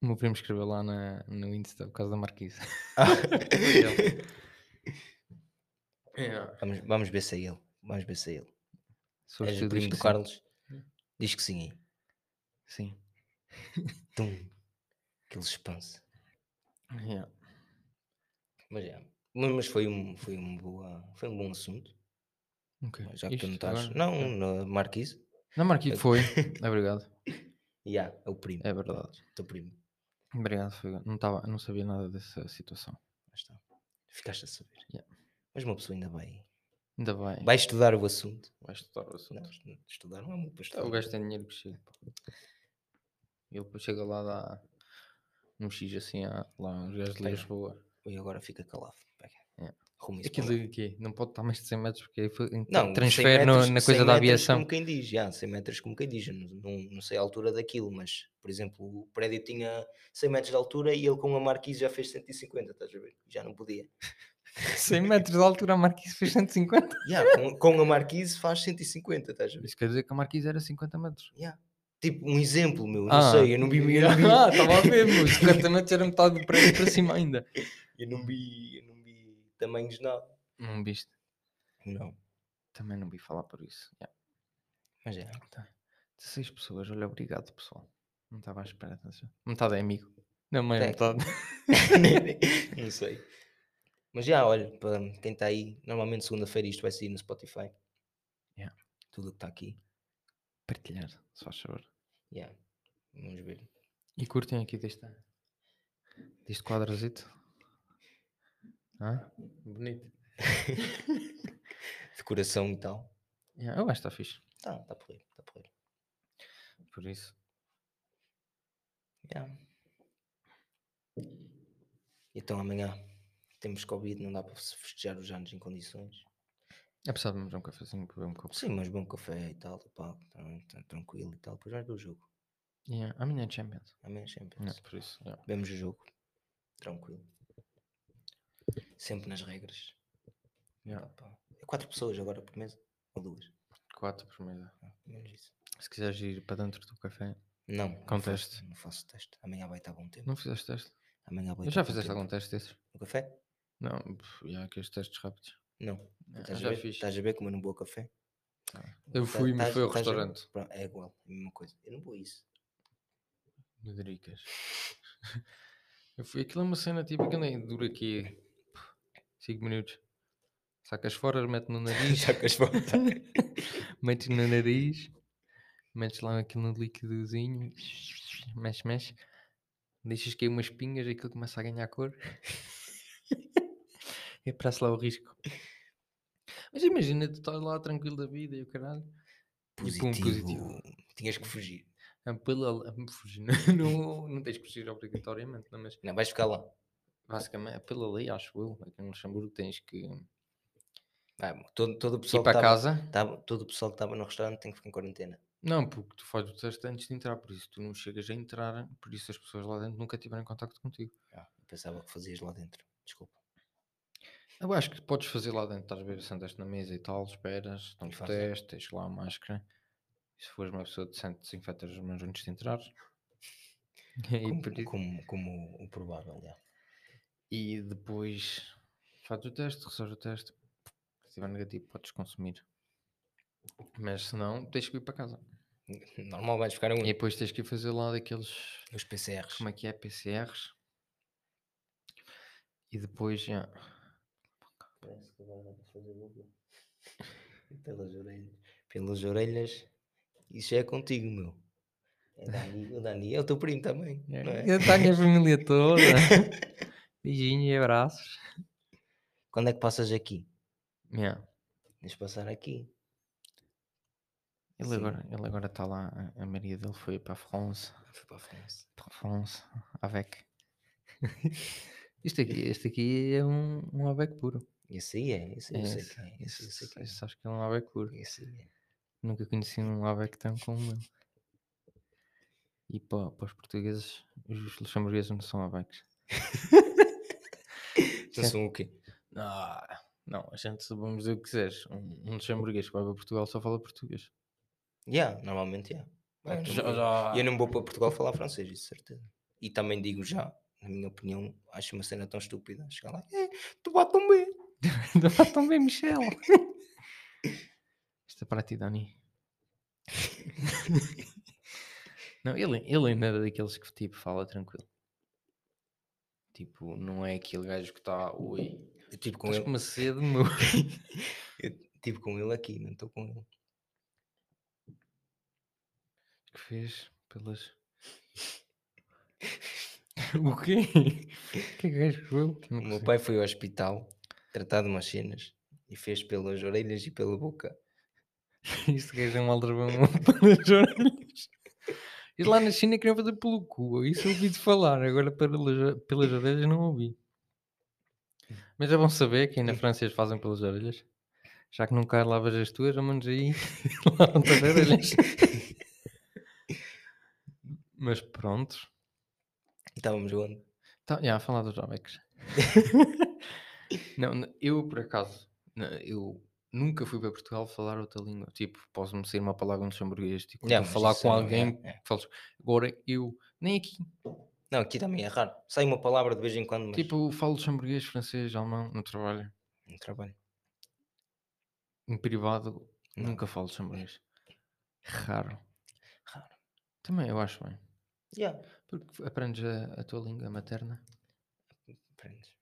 A: O meu primo escreveu lá na, no Insta por causa da Marquise. Ele. É.
B: vamos, vamos ver se é ele. Vamos ver se é ele.
A: Sou
B: És o
A: vestido, diz É,
B: primo
A: que
B: do
A: sim.
B: Carlos? Diz que sim. aí.
A: Sim.
B: Tum. Aquele suspense.
A: Yeah.
B: Mas é. Mas mas foi um, foi um, boa, foi um bom assunto.
A: Ok.
B: Já que tu não
A: Isto
B: estás.
A: agora?
B: Não, é na Marquise.
A: Não, Marquinhos, foi. Obrigado.
B: E há, é o primo.
A: É verdade.
B: Teu primo.
A: Obrigado, foi. Não, tava, não sabia nada dessa situação.
B: Lá está. Ficaste a saber.
A: Yeah.
B: Mas uma pessoa ainda vai.
A: Ainda bem.
B: Vai estudar o assunto.
A: Vai estudar o assunto.
B: Não, estudar não é muito para
A: Tá,
B: estudar.
A: o gajo tem dinheiro que chega. pá. Ele depois chega lá, dá um X assim, a, lá uns gajos de
B: Pega.
A: Lisboa.
B: E agora fica calado. Pega.
A: Yeah.
B: Arruma isso para
A: Aquilo
B: lá.
A: de quê? Não pode estar mais de 100 metros porque aí foi-
B: Não,
A: transfere
B: 100
A: no-
B: metros-
A: na
B: 100
A: coisa da
B: metros
A: aviação.
B: Como quem diz, já, 100 metros como quem diz, eu não, não- não sei a altura daquilo, mas, por exemplo, o prédio tinha 100 metros de altura e ele com a marquise já fez 150, estás a ver? Já não podia.
A: 100 metros de altura a Marquise fez 150.
B: Já, com, com a marquise faz 150, estás a ver?
A: Isso quer dizer que a Marquise era 50 metros.
B: Já. Tipo, um exemplo, meu, não
A: Ah.
B: sei, eu não vi, eu não vi,
A: Ah, estava a ver, meu. 50 metros era metade do prédio para cima ainda.
B: eu não vi, eu não vi tamanhos não.
A: Não viste?
B: Não,
A: Também não vi falar por isso. Yeah.
B: mas é,
A: Tá. 16 pessoas, olha, obrigado pessoal. Não estava à espera, atenção. Metade é amigo. Hum. Não, mas
B: Tem.
A: metade.
B: não sei. Mas já, olha, para quem está aí, normalmente segunda-feira isto vai sair no Spotify.
A: Já.
B: Tudo o que está aqui.
A: Partilhar, se faz favor.
B: Yeah. Vamos ver.
A: E curtem aqui desta. Diz-te quadrazito. Hã? Bonito.
B: Decoração e tal.
A: Yeah, eu acho que está fixe.
B: Tá, tá porreiro, tá porreiro.
A: Por isso.
B: Yeah. Então amanhã temos Covid, não dá para se festejar os anos em condições.
A: Apesar de beber um cafezinho, beber um copo.
B: Sim, mas bom café e tal, pá, tran- tran- tranquilo e tal. Depois vais ver o jogo.
A: Yeah, Amanhã é Champions.
B: Amanhã é Champions.
A: Yeah, por isso. yeah.
B: Vemos o jogo. Tranquilo. Sempre nas regras.
A: Yeah.
B: Pá, pá. É quatro pessoas agora por mesa. Ou duas.
A: Quatro por mesa.
B: Ah, menos isso.
A: Se quiseres ir para dentro do café.
B: Não. não
A: Com
B: faço-
A: teste.
B: Não faço teste. Amanhã vai estar bom tempo.
A: Não fizeste teste?
B: Amanhã vai
A: Eu
B: estar
A: já
B: bom
A: fizeste
B: tempo.
A: algum teste desses?
B: O café?
A: Não, pff, yeah, aqueles testes rápidos.
B: Não.
A: Yeah,
B: Estás,
A: Ah, já
B: a ver?
A: fiz.
B: Estás a ver como eu não vou ao café?
A: Eu
B: Tá-
A: fui, mas
B: tás-
A: foi ao
B: tás a ver?
A: restaurante.
B: Pronto, é igual, é a mesma coisa. Eu não vou a isso.
A: Medricas. Eu fui, aquilo é uma cena tipo que nem dura aqui 5 minutos. Sacas fora, mete no nariz,
B: Sacas fora.
A: tá. metes no nariz, metes lá aquilo no líquidozinho, mexe, mexe, deixas cair umas pingas, aquilo começa a ganhar cor. e aparece lá o risco. Mas imagina, tu estás lá tranquilo da vida e o caralho. E pum,
B: Tipo um positivo.
A: positivo.
B: Tinhas que fugir.
A: Ah, pela- ah, fugi, Não, não, não tens que fugir obrigatoriamente, não, mas
B: Não, vais ficar lá.
A: basicamente é pela lei, acho eu. Aqui no Luxemburgo tens que
B: Vai, mo- Ah, todo, todo o
A: ir
B: pessoal
A: para
B: que tá tava-
A: casa.
B: tava- todo o pessoal que estava no restaurante tem que ficar em quarentena.
A: Não, porque tu fazes o teste antes de entrar, por isso tu não chegas a entrar, por isso as pessoas lá dentro nunca tiveram contacto contigo.
B: Eu pensava que fazias lá dentro. Desculpa.
A: Eu acho que podes fazer lá dentro, estás a ver, sentas na mesa e tal, esperas, dão o
B: fazes. é.
A: teste, tens lá a máscara. Se fores uma pessoa decente, desinfetas as mãos antes de entrar. E, por
B: Como,
A: isso-
B: como, como o provável, já.
A: e depois fazes o teste, recebes o teste. Se estiver negativo, podes consumir. Mas se não, tens que ir para casa.
B: Normal, vais ficar
A: E
B: um.
A: depois tens que ir fazer lá daqueles
B: Os PCRs.
A: como é que é, PCRs. E depois, já.
B: Parece que agora dá para fazer um. dupla. Pelas orelhas. Pelas orelhas. Isso é contigo, meu. É Dani, o Dani é o teu primo também. não é?
A: está com a família toda. Beijinhos e abraços.
B: Quando é que passas aqui?
A: Yeah.
B: Deixa passar aqui.
A: Ele
B: Sim.
A: agora está ele agora tá lá, a- a Maria dele foi para a França,
B: Foi para a França.
A: para a França, avec. Isto aqui, este aqui é um, um avec puro.
B: Isso aí é, isso aí eu sei que é. Isso,
A: esse-
B: eu sei que é.
A: esse acho que é um avec puro.
B: Isso aí é.
A: Nunca conheci um avec tão como ele. E para, para os portugueses, os luxemburgueses não são abecs.
B: Então
A: Sim.
B: são é um o quê?
A: Ah, não, a gente vamos dizer o que quiseres. Um, um luxemburguês que vai para Portugal só fala português.
B: Yeah, normalmente yeah.
A: É
B: Eu
A: que
B: não
A: já-
B: vou-
A: já-
B: Eu não vou para Portugal falar francês, isso de certeza. E também digo já, na minha opinião, acho uma cena tão estúpida. Chegar lá, é, tu bate um B.
A: Ainda faz tão bem, Michel. Isto é para ti, Dani. não, ele, ele ainda é daqueles que tipo fala tranquilo. Tipo, não é aquele gajo que está, ui,
B: Eu tive com
A: estás
B: ele,
A: com uma sede, meu.
B: tive com ele aqui, não estou com ele.
A: que fez pelas. o quê? O que é que o gajo falou? Não
B: O meu
A: consigo.
B: pai foi ao hospital tratar de umas cenas e fez pelas orelhas e pela boca.
A: Este gajo é um aldrabão pelas orelhas. E lá na China queriam fazer pelo cu. Isso eu ouvi de falar. Agora pelas, pelas orelhas não ouvi. Mas é bom saber que ainda França eles fazem pelas orelhas. Já que nunca lavas as tuas, ao menos aí lavam as orelhas. Mas pronto.
B: E estávamos onde?
A: Tá, já, a falar dos Obex. não, n- eu por acaso, n- eu nunca fui para Portugal falar outra língua. Tipo, posso-me sair uma palavra em luxemburguês, tipo,
B: Yeah,
A: tu
B: mas
A: falar
B: isso
A: com
B: é-
A: alguém
B: é, é.
A: que falas. Agora eu, nem aqui,
B: Não, aqui também é raro. Sai uma palavra de vez em quando, mas
A: tipo, eu falo luxemburguês, francês, alemão, no trabalho,
B: não trabalho.
A: em privado,
B: Não.
A: nunca falo luxemburguês. Raro.
B: Raro.
A: Também eu acho bem.
B: Yeah.
A: Porque aprendes a, a tua língua materna.
B: Aprendes.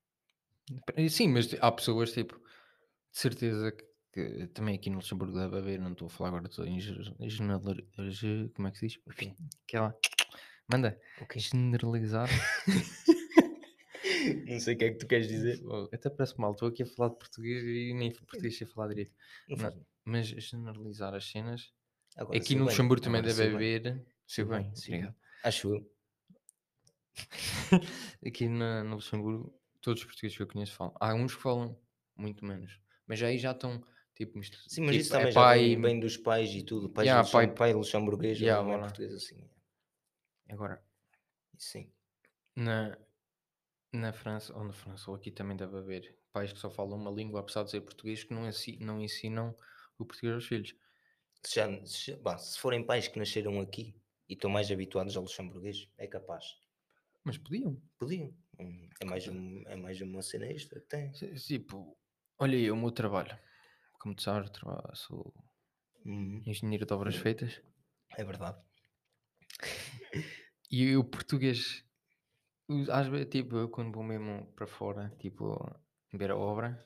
A: Eh, Sim, mas há pessoas, tipo, de certeza que, que também aqui no Luxemburgo deve haver, não estou a falar agora, estou em gener- generali- ge- como é que se diz?
B: O quê?
A: Aquela, manda,
B: O quê?
A: generalizar
B: Não sei o que é que tu queres dizer.
A: Fogo, Até parece mal, estou aqui a falar de português e nem português sei falar direito.
B: Não
A: Não.
B: faz mal.
A: mas generalizar as cenas.
B: Agora
A: Aqui
B: sei
A: no
B: bem,
A: Luxemburgo também
B: agora
A: deve
B: sei bem.
A: haver. Sei
B: Sei
A: bem,
B: bem, sei
A: obrigado.
B: Acho eu.
A: Aqui na- no Luxemburgo, todos os portugueses que eu conheço falam. Há uns que falam muito menos, mas aí já estão tipo misto-
B: Sim, mas
A: tipo,
B: isso também
A: é
B: já
A: pai,
B: vem, vem dos pais e tudo. Pai,
A: Yeah,
B: luxem,
A: pai-
B: pai, luxemburguês, ou
A: Yeah,
B: mamãe
A: voilà.
B: portuguesa, assim.
A: Agora,
B: Sim.
A: na, na França, ou na França, ou aqui também deve haver pais que só falam uma língua, apesar de ser português, que não, ensi- não ensinam o português aos filhos.
B: Se, já, se, bah, se forem pais que nasceram aqui e estão mais habituados ao luxemburguês, é capaz.
A: Mas podiam.
B: Podiam. Hum, É mais, um, é mais uma cena extra que tem.
A: Se- Tipo, olha aí o meu trabalho. Como tu sabes, eu traba- sou
B: Uhum,
A: engenheiro de obras feitas.
B: É verdade.
A: E o português, os- às vezes, tipo, eu quando vou mesmo para fora, tipo, ver a obra,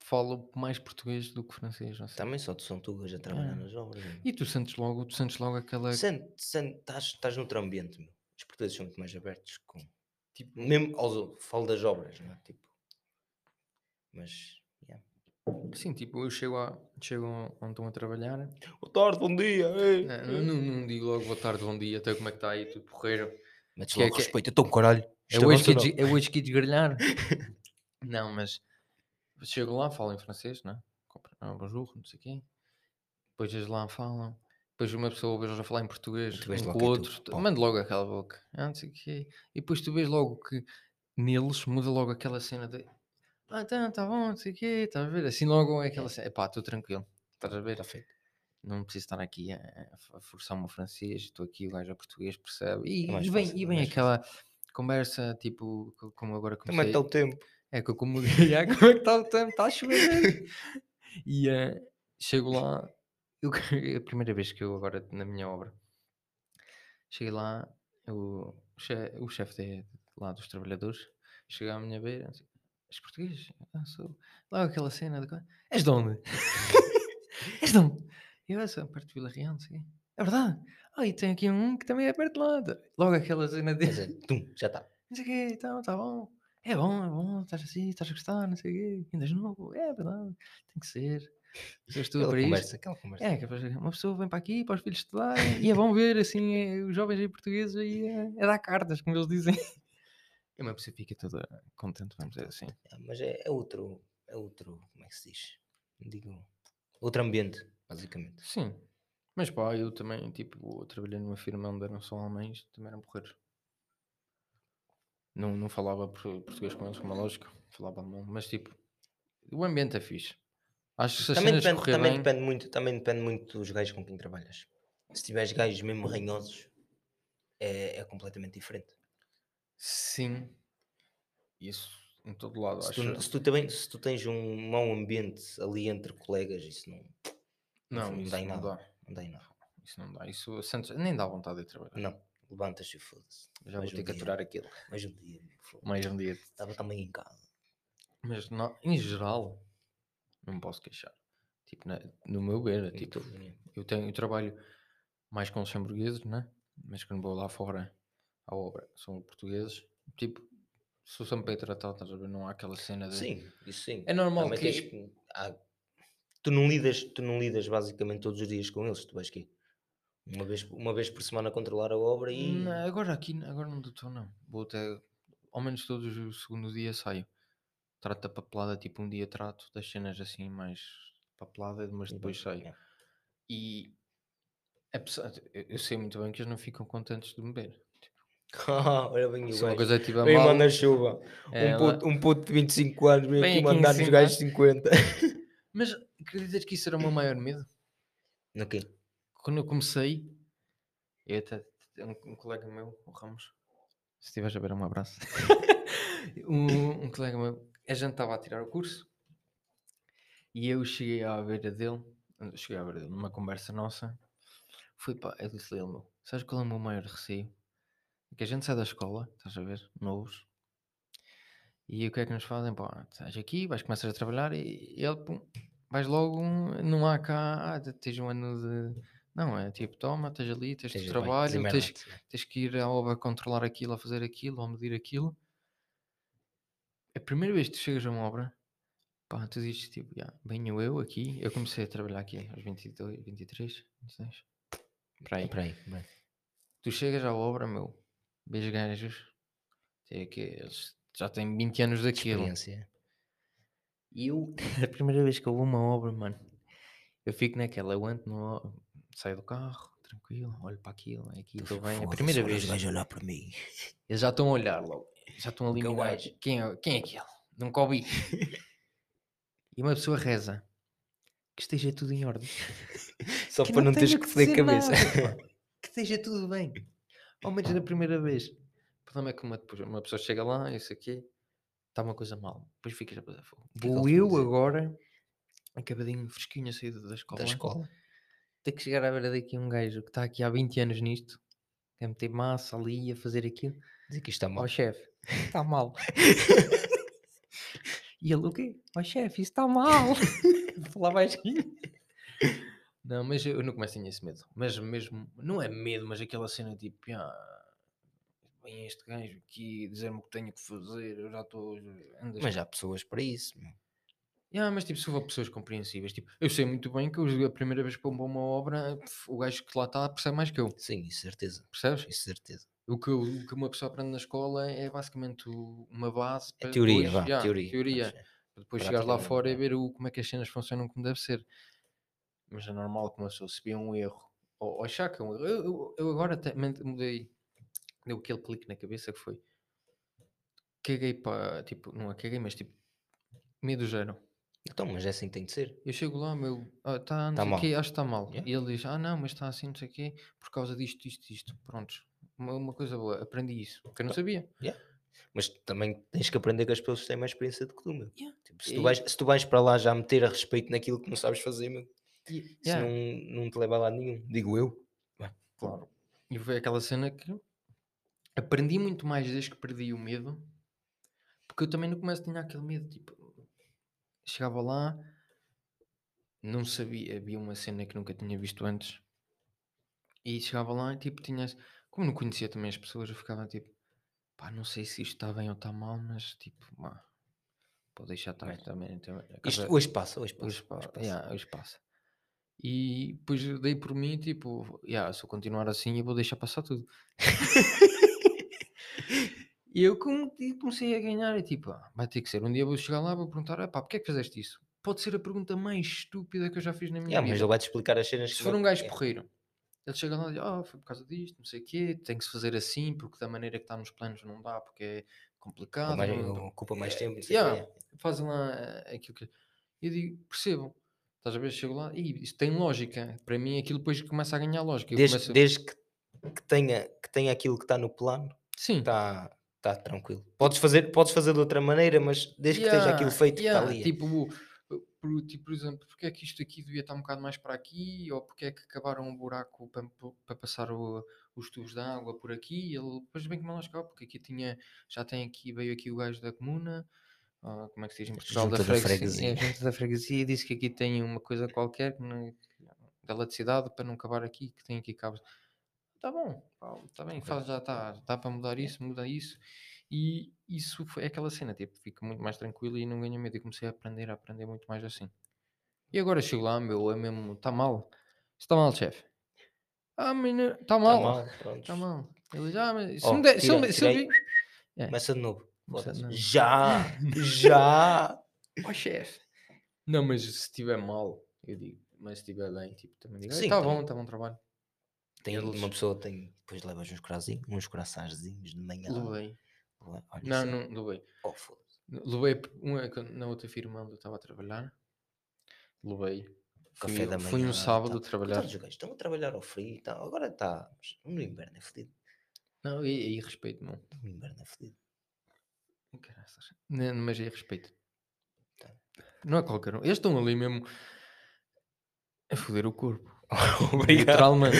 A: falo mais português do que francês, não sei.
B: Também só de São Tugas a trabalhar nas obras. meu.
A: É. E tu sentes logo, tu sentes logo aquela,
B: Sente- sente- Estás estás noutro ambiente, meu. Os portugueses são muito mais abertos com... Tipo, mesmo aos... Falo das obras, não é? Tipo... Mas... yeah.
A: sim, tipo, eu chego, a, chego onde estão a trabalhar,
B: Boa tarde, bom dia! ei,
A: não,
B: ei.
A: não, não digo logo boa tarde, bom dia, até como é que está aí, tu porreiro.
B: Metes
A: Que é-
B: logo
A: que é-
B: respeito, então caralho.
A: É
B: isto
A: hoje, que,
B: avança,
A: des- é hoje que desgrelhar. não, mas chego lá, falo em francês, né? Compre- Ah, bonjour, não sei o quê. Depois eles lá falam. Depois uma pessoa ouve eles a falar em português,
B: Tu vês
A: um
B: logo
A: com o
B: que é tu,
A: outro.
B: pau.
A: Manda logo aquela boca. Ah, não sei o quê. E depois tu vês logo que neles muda logo aquela cena de... Ah, então, tá bom, não sei o quê. Estás a ver? Assim logo é aquela cena. Epá, estou tranquilo. Estás a ver?
B: Está Tá feito.
A: Não preciso estar aqui a, a- a forçar o meu francês, estou aqui, o gajo é português, percebe? E,
B: mais
A: e vem,
B: fácil,
A: e
B: é
A: vem
B: mais
A: aquela conversa, tipo, co- como agora
B: Como é
A: comecei...
B: que está o tempo?
A: É que eu como... Ya, como é que está o tempo? Está a chover. né? e eh, chego lá, eu, que- é a primeira vez que eu agora, na minha obra, cheguei lá, eu- o, che- o chefe de- lá dos trabalhadores, chega à minha beira, assim, és português? Ah, sou. Lá aquela cena de... co- És de onde? és de onde? Eu, "Ah, sou perto de Vila Real, não sei o quê." É verdade. Ah, e tem aqui um que também é perto de lá. Logo aquela cena de
B: Quer dizer, tum, já está.
A: não sei o quê, então, tá bom. É bom, é bom, estás assim, estás a gostar, não sei o quê, ainda és novo, é verdade, tem que ser. Pessoas estudam
B: Aquela
A: para
B: conversa,
A: isto.
B: aquela conversa.
A: É, que depois uma pessoa vem para aqui, para os filhos estudarem, e é bom ver, assim, eh, os jovens aí portugueses aí a, a dar cartas, como eles dizem. E É uma pessoa fica toda contente, vamos dizer assim.
B: Ah, Mas é, é outro, é outro, como é que se diz? Digo, outro ambiente, basicamente.
A: Sim. Mas pá, eu também, tipo, trabalhei numa firma onde eram só alemães, também eram porreiros. Não, não falava por- português com eles, como é lógico, falava alemão, mas tipo, o ambiente é fixe. Acho que se as
B: Também,
A: cenas
B: depende,
A: correr
B: também,
A: bem,
B: depende muito, também depende muito dos gajos com quem trabalhas. Se tiveres gajos mesmo
A: Uhum.
B: ranhosos, é, é completamente diferente.
A: sim, isso em todo lado,
B: Se
A: acho.
B: tu, se tu também, se tu tens um mau ambiente ali entre colegas, isso não,
A: não,
B: não
A: isso
B: dá em
A: não
B: nada.
A: dá,
B: não dá em nada.
A: isso não dá, isso sentes- nem dá vontade de trabalhar.
B: Não, levantas-te e foda-se.
A: Já
B: mais
A: vou ter
B: um
A: que
B: dia.
A: aturar aquilo,
B: Mais um dia, meu, foda-se.
A: mais um dia.
B: estava também em casa.
A: Mas não, em geral, não me posso queixar. Tipo, na- no meu ver, é
B: em
A: tipo,
B: tudo, né?
A: eu tenho eu trabalho mais com luxemburgueses, né? Mas quando vou lá fora à obra, são portugueses. Tipo, sou sempre bem tratado, estás a ver? Não há aquela cena de.
B: Sim, isso sim.
A: É normal
B: Também
A: que.
B: tens que- há- tu, não lidas, tu não lidas basicamente todos os dias com eles, tu vais aqui. Uma vez, uma vez por semana controlar a obra e.
A: Não, agora aqui, agora não estou, não. Vou até. Ao menos todos o segundo dia saio. Trato da papelada, tipo, um dia trato das cenas assim, mais papelada, mas
B: e
A: depois
B: pronto,
A: saio.
B: é.
A: E. Apesar, de- eu eu sei muito bem que eles não ficam contentes de me ver.
B: Olha bem o
A: Se é uma
B: gajo.
A: coisa tiver
B: Vem
A: mal,
B: mandar chuva.
A: é
B: um,
A: lá-
B: puto, um puto de 25 anos vem
A: Vem
B: aqui
A: aqui
B: mandar
A: em
B: os
A: cima.
B: gajos 50.
A: Mas acreditas que isso era o meu maior medo?
B: No quê?
A: Quando eu comecei, eu até, um, um colega meu, o Ramos, se estiveres a ver, um abraço. um, um colega meu, a gente estava a tirar o curso e eu cheguei à beira dele, cheguei à beira dele, numa conversa nossa. Fui para, eu disse-lhe, ele, meu, sabes qual é o meu maior receio? É Que a gente sai da escola, estás a ver, novos, e o que é que nos fazem? Pô, estás aqui, vais começar a trabalhar e ele, pum, vais logo, um, não há cá, ah, tens um ano de. Não, é tipo, toma, estás ali, tens,
B: Tens-
A: tens
B: bem,
A: trabalho, tens,
B: desemmerda-te, né?
A: tens que ir à obra controlar aquilo, a fazer aquilo, a medir aquilo. a primeira vez que tu chegas a uma obra, pá, tu dizes tipo, "Ya, venho eu aqui. Eu comecei a trabalhar aqui aos 22, 23, 26. Para aí.
B: Peraí, peraí.
A: Tu chegas à obra, meu, vês gajos, tem que eles já têm 20 anos daquilo.
B: Experiência.
A: E eu, a primeira vez que eu vou a uma obra, mano, eu fico naquela, eu ando, no, saio do carro, tranquilo, olho para aquilo, é aqui,
B: Tu
A: estou
B: fico,
A: bem. A
B: Então "Foda-se,
A: primeira
B: olha os
A: vez, mano,
B: gajos a olhar para mim.
A: eles já estão a olhar logo, já estão a
B: Aquele
A: eliminar.
B: gajo.
A: Quem é, quem é aquele? Nunca ouvi. e uma pessoa reza, que esteja tudo em ordem.
B: Só para não teres
A: tenha
B: que foder a
A: dizer
B: cabeça.
A: nada, pá. que esteja tudo bem. Ao menos na primeira vez. O problema é que uma, depois uma pessoa chega lá, isso aqui, está uma coisa mal. Depois ficas a passar fogo.
B: que é que
A: Vou
B: eles
A: eu
B: vão dizer?
A: agora, acabadinho fresquinho a saída da escola,
B: Da escola.
A: ter que chegar à beira daqui um gajo que está aqui há 20 anos nisto, a meter massa ali, a fazer aquilo.
B: Dizer que isto está
A: Ó
B: mal.
A: chefe, está mal. e ele, o quê? Ó chefe, isso está mal. assim. Falar baixinho. Não, mas eu não começo a ter esse medo. Mas mesmo, não é medo, mas aquela cena tipo, ah, vem este gajo aqui dizer-me o que tenho que fazer, eu já estou... andas
B: Mas há pessoas para isso. meu.
A: ah, mas tipo, se houver pessoas compreensíveis, tipo, eu sei muito bem que eu- a primeira vez que eu vou a uma obra, pff, o gajo que lá está percebe mais que eu,
B: Sim, isso certeza.
A: percebes?
B: Isso certeza.
A: O que, eu- o que uma pessoa aprende na escola é basicamente o- uma base
B: É
A: para
B: teoria,
A: depois,
B: vá.
A: Eh, já,
B: teoria. eh,
A: teoria,
B: vamos ver.
A: para depois chegares lá
B: Prática não,
A: fora e
B: já.
A: ver o, como é que as cenas funcionam como deve ser. Mas é normal que uma pessoa se vê um erro, ou, ou achar que é um erro. Eu, eu- eu agora até men- mudei, deu aquele clique na cabeça que foi, caguei para, tipo, não é caguei, mas tipo, medo zero.
B: Então, mas é assim que tem de ser.
A: Eu chego lá, meu, ah, tá, não
B: Tá
A: sei o
B: mal.
A: quê, acho que está mal.
B: Yeah.
A: E ele diz, ah não, mas está assim, não sei o quê, por causa disto, isto, isto. Prontos, uma, uma coisa boa, aprendi isso, que eu
B: Tá.
A: não sabia.
B: Mas tu também tens que aprender que as pessoas têm mais experiência do que tu, meu.
A: Yeah.
B: Tipo, se,
A: E-
B: tu vais, se tu vais para lá já meter a respeito naquilo que não sabes fazer, meu,
A: E-
B: isso
A: yeah,
B: não, não te leva a lado nenhum. Digo eu.
A: claro. E foi aquela cena que aprendi muito mais desde que perdi o medo, porque eu também no começo tinha aquele medo, tipo, chegava lá, não sabia, havia uma cena que nunca tinha visto antes, e chegava lá e tipo, tinha, esse- como não conhecia também as pessoas, eu ficava tipo, pá, não sei se isto está bem ou está mal, mas tipo, pá, vou deixar estar
B: Mas
A: também. então, a
B: Isto
A: casa-
B: hoje passa, hoje passa.
A: Hoje passa.
B: hoje passa.
A: yeah, hoje passa. E depois eu dei por mim, tipo, yeah, se eu continuar assim, eu vou deixar passar tudo. e eu com- e comecei a ganhar, e tipo, ah, vai ter que ser. Um dia vou chegar lá, vou perguntar, "Ah, pá, porque é que fizeste isso? Pode ser a pergunta mais estúpida que eu já fiz na minha
B: Yeah, mas
A: vida.
B: ele é vai-te explicar as cenas
A: Se
B: que
A: for
B: não-
A: um gajo
B: yeah.
A: porreiro, ele chega lá e diz, ah, foi por causa disto, não sei o quê, tem que se fazer assim, porque da maneira que está nos planos não dá, porque é complicado.
B: Ou mais-
A: não-
B: ou ocupa mais
A: é,
B: tempo. não sei o quê,
A: yeah.
B: yeah.
A: fazem lá eh, aquilo que. Eu digo, percebam. Estás a ver? Chego lá e isso tem lógica. Para mim, aquilo depois começa a ganhar lógica. Eu
B: Desde,
A: começo-
B: desde que, que tenha, que tenha aquilo que está no plano,
A: Sim.
B: está tá tranquilo. Podes fazer, podes fazer de outra maneira, mas desde que esteja aquilo
A: Yeah,
B: feito
A: yeah,
B: que está ali.
A: Tipo, o- o- por, tipo, por exemplo, porque é que isto aqui devia estar um bocado mais para aqui? Ou porque é que cavaram um buraco para, para passar o- os tubos de água por aqui? E Ele, depois bem que uma lógica, ó, porque aqui tinha, já tem aqui, veio aqui o gajo da comuna. ah, Como é que se diz em Portugal?
B: Junta da
A: É, junta da freguesia e disse que aqui tem uma coisa qualquer que não- da eletricidade para não acabar aqui, que tem aqui cabos. Está bom, está bem,
B: Ok.
A: faz, já está, dá para mudar isso, muda isso. E isso foi aquela cena, tipo, fico muito mais tranquilo e não ganho medo. E comecei a aprender, a aprender muito mais assim. E agora chego lá, meu, é mesmo, está mal. Está mal, chefe. Ah, menino, está
B: Tá
A: mal. Oh,
B: pronto.
A: Está mal. Ele já, mas se
B: Ó,
A: me der, se
B: tira-
A: ele me- se ele
B: tirei.
A: vir-
B: Começa de novo.
A: É. Começa de
B: Foda-se.
A: novo.
B: Já! Já!
A: ó Oh, chefe. Não, mas se estiver mal, eu digo, mas se estiver bem, tipo, também digo,
B: Sim,
A: está bom,
B: também.
A: está bom trabalho.
B: Tem
A: Eles-
B: uma pessoa tem. Depois levas uns corazinhos, uns coraçãozinhos de manhã.
A: Levei.
B: Olha,
A: Não,
B: isso.
A: não, levei.
B: Oh, foda-se.
A: Levei p- um, é que na outra firma onde eu estava a trabalhar. Levei.
B: Café
A: Fui-
B: da manhã.
A: Fui um sábado
B: tal.
A: trabalhar.
B: Coitados dos gajos, Estão a trabalhar ao frio e tal. Agora está. No inverno é fodido.
A: Não, e, e respeito, não.
B: No inverno é fodido.
A: Caraças. Não, mas é respeito.
B: Tá.
A: Não é qualquer um. Eles estão ali mesmo a foder o corpo.
B: Obrigado.
A: Literalmente.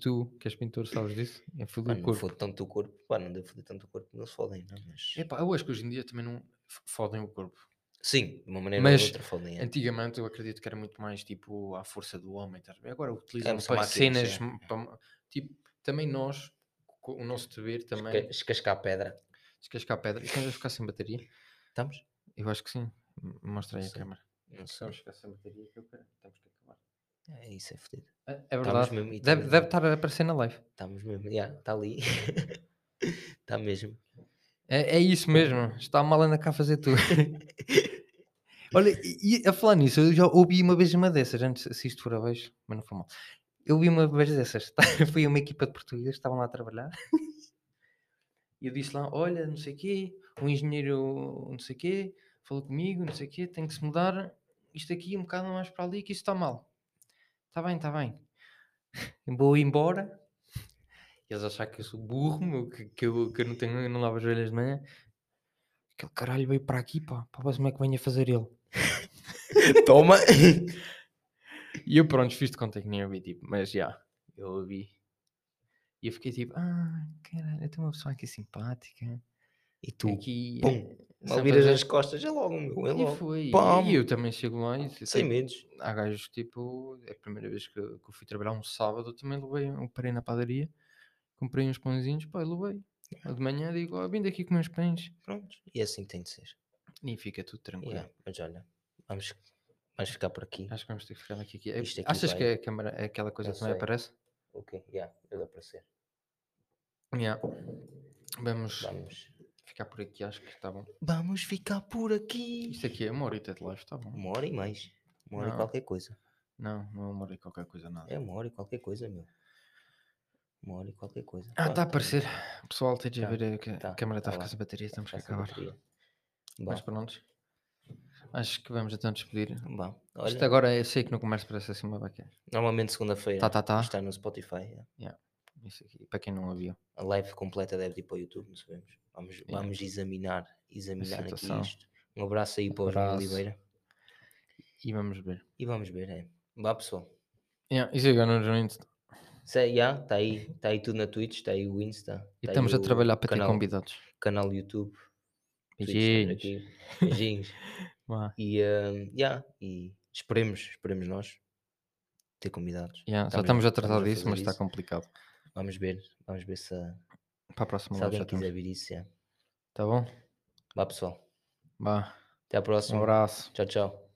A: tu, que és pintor, sabes disso? É foder o
B: Mano, não
A: corpo.
B: fode tanto o corpo. Pá, não devo foder tanto o corpo. Não se fodem, não. Mas...
A: Epá, eu acho que hoje em dia também não f- fodem o corpo.
B: Sim, de uma maneira
A: Mas
B: ou de outra fodem. é.
A: Antigamente eu acredito que era muito mais tipo à força do homem. estás a ver? Agora utilizam
B: são
A: para
B: máquinas,
A: cenas. m- para- tipo, também nós, co- o nosso dever também.
B: Esca- Escascar a pedra.
A: Descascar pedra. Estamos a ficar sem bateria?
B: Estamos?
A: Eu acho que sim. M- Mostra aí a
B: Sim.
A: câmera.
B: Não sei.
A: Estamos a ficar sem bateria que eu quero. Temos que acabar.
B: É isso, é fodido.
A: É
B: Estamos
A: verdade.
B: mesmo.
A: Deve, deve estar a aparecer na live.
B: Estamos Tá mesmo. Está ali. Está mesmo.
A: É, é isso mesmo. Está mal anda cá a fazer tudo. Olha, e e a falar nisso, eu já ouvi uma vez uma dessas, antes, se isto for a vez, mas não foi mal. Eu vi uma vez dessas, tá, foi uma equipa de portugueses, estavam lá a trabalhar, e eu disse lá, olha, não sei o quê, um engenheiro não sei o quê, falou comigo, não sei o quê, tem que se mudar isto aqui um bocado mais para ali, que isto está mal. Está bem, está bem. Vou embora. Eles acharam que eu sou burro, meu, que, que eu, que eu não tenho, eu não lavo as orelhas de manhã. Aquele caralho veio para aqui, pá, para ver como é que venho a fazer ele.
B: Toma!
A: E eu pronto, fiz de conta que nem ouvi, tipo, mas já, eu ouvi. E eu fiquei tipo, ah, caralho, eu tenho uma pessoa aqui simpática.
B: E tu?
A: aqui,
B: pum,
A: eh,
B: Mal
A: sabe
B: viras
A: fazer-
B: as costas, é logo, meu. É
A: E
B: logo.
A: foi. e-
B: Pam.
A: E eu também chego lá e tipo,
B: Sem medos.
A: há gajos que, tipo, é a primeira vez que, eu- que eu fui trabalhar um sábado, eu também levei, um- parei na padaria, comprei uns pãezinhos, pá, e levei.
B: Ah.
A: Eu De manhã digo, ó, vim daqui com meus pães.
B: Pronto. E assim tem de ser.
A: E fica tudo tranquilo.
B: Yeah, Mas olha, vamos, vamos ficar por aqui.
A: Acho que vamos ter que ficar daqui. aqui. Eh,
B: Isto aqui
A: Achas que
B: vai-
A: a câmera, aquela coisa é,
B: Não
A: também
B: sei.
A: aparece?
B: Ok, já, eu dá para ser.
A: Yeah. Vamos
B: Vamos.
A: ficar por aqui, acho que está bom.
B: Vamos ficar por aqui.
A: Isto aqui é uma horita de live, está bom?
B: Uma hora e mais. Uma hora
A: Não.
B: e qualquer coisa.
A: Não, não é uma hora e qualquer coisa, nada.
B: É uma hora e qualquer coisa, meu. Uma hora e qualquer coisa.
A: Ah,
B: Pá,
A: está a
B: tá
A: aparecer. Pessoal, tem de
B: Tá,
A: ver que a
B: tá,
A: câmera está a
B: tá
A: ficar
B: lá.
A: sem bateria, estamos
B: Tá
A: a
B: sem
A: acabar.
B: bateria.
A: Mas pronto, acho que vamos então despedir.
B: Bom, bom.
A: Isto
B: Olha,
A: agora eu sei que não começa parece assim uma vaqueira.
B: normalmente segunda-feira
A: Tá, tá, tá.
B: está no Spotify. é.
A: Isso aqui, para quem não ouviu.
B: A live completa deve ir para o YouTube, não sabemos. Vamos, vamos examinar, examinar aqui
A: situação.
B: isto. Um abraço aí para o João
A: Abraço.
B: Oliveira.
A: E vamos ver.
B: E vamos ver, é. Vá pessoal.
A: Yeah, isso é agora não- não
B: Tá
A: Insta.
B: Está aí, tá aí tudo na Twitch, está aí o Insta. tá
A: E
B: aí
A: estamos a
B: o
A: trabalhar para ter
B: canal,
A: convidados.
B: Canal YouTube. Twitch,
A: Beijinhos.
B: estamos aqui. Beijinhos.
A: Vá.
B: E, hum, yeah, e esperemos, esperemos nós ter convidados.
A: Yeah, já
B: Estamos-
A: estamos a tratar
B: estamos a
A: disso, mas
B: fazer
A: está
B: isso.
A: complicado.
B: Vamos ver, vamos ver se,
A: Para a próxima
B: se
A: live
B: alguém
A: já
B: quiser
A: temos.
B: vir isso. yeah.
A: Tá bom?
B: Vá pessoal,
A: Vá.
B: até à
A: Um
B: próxima.
A: abraço.
B: Tchau, tchau.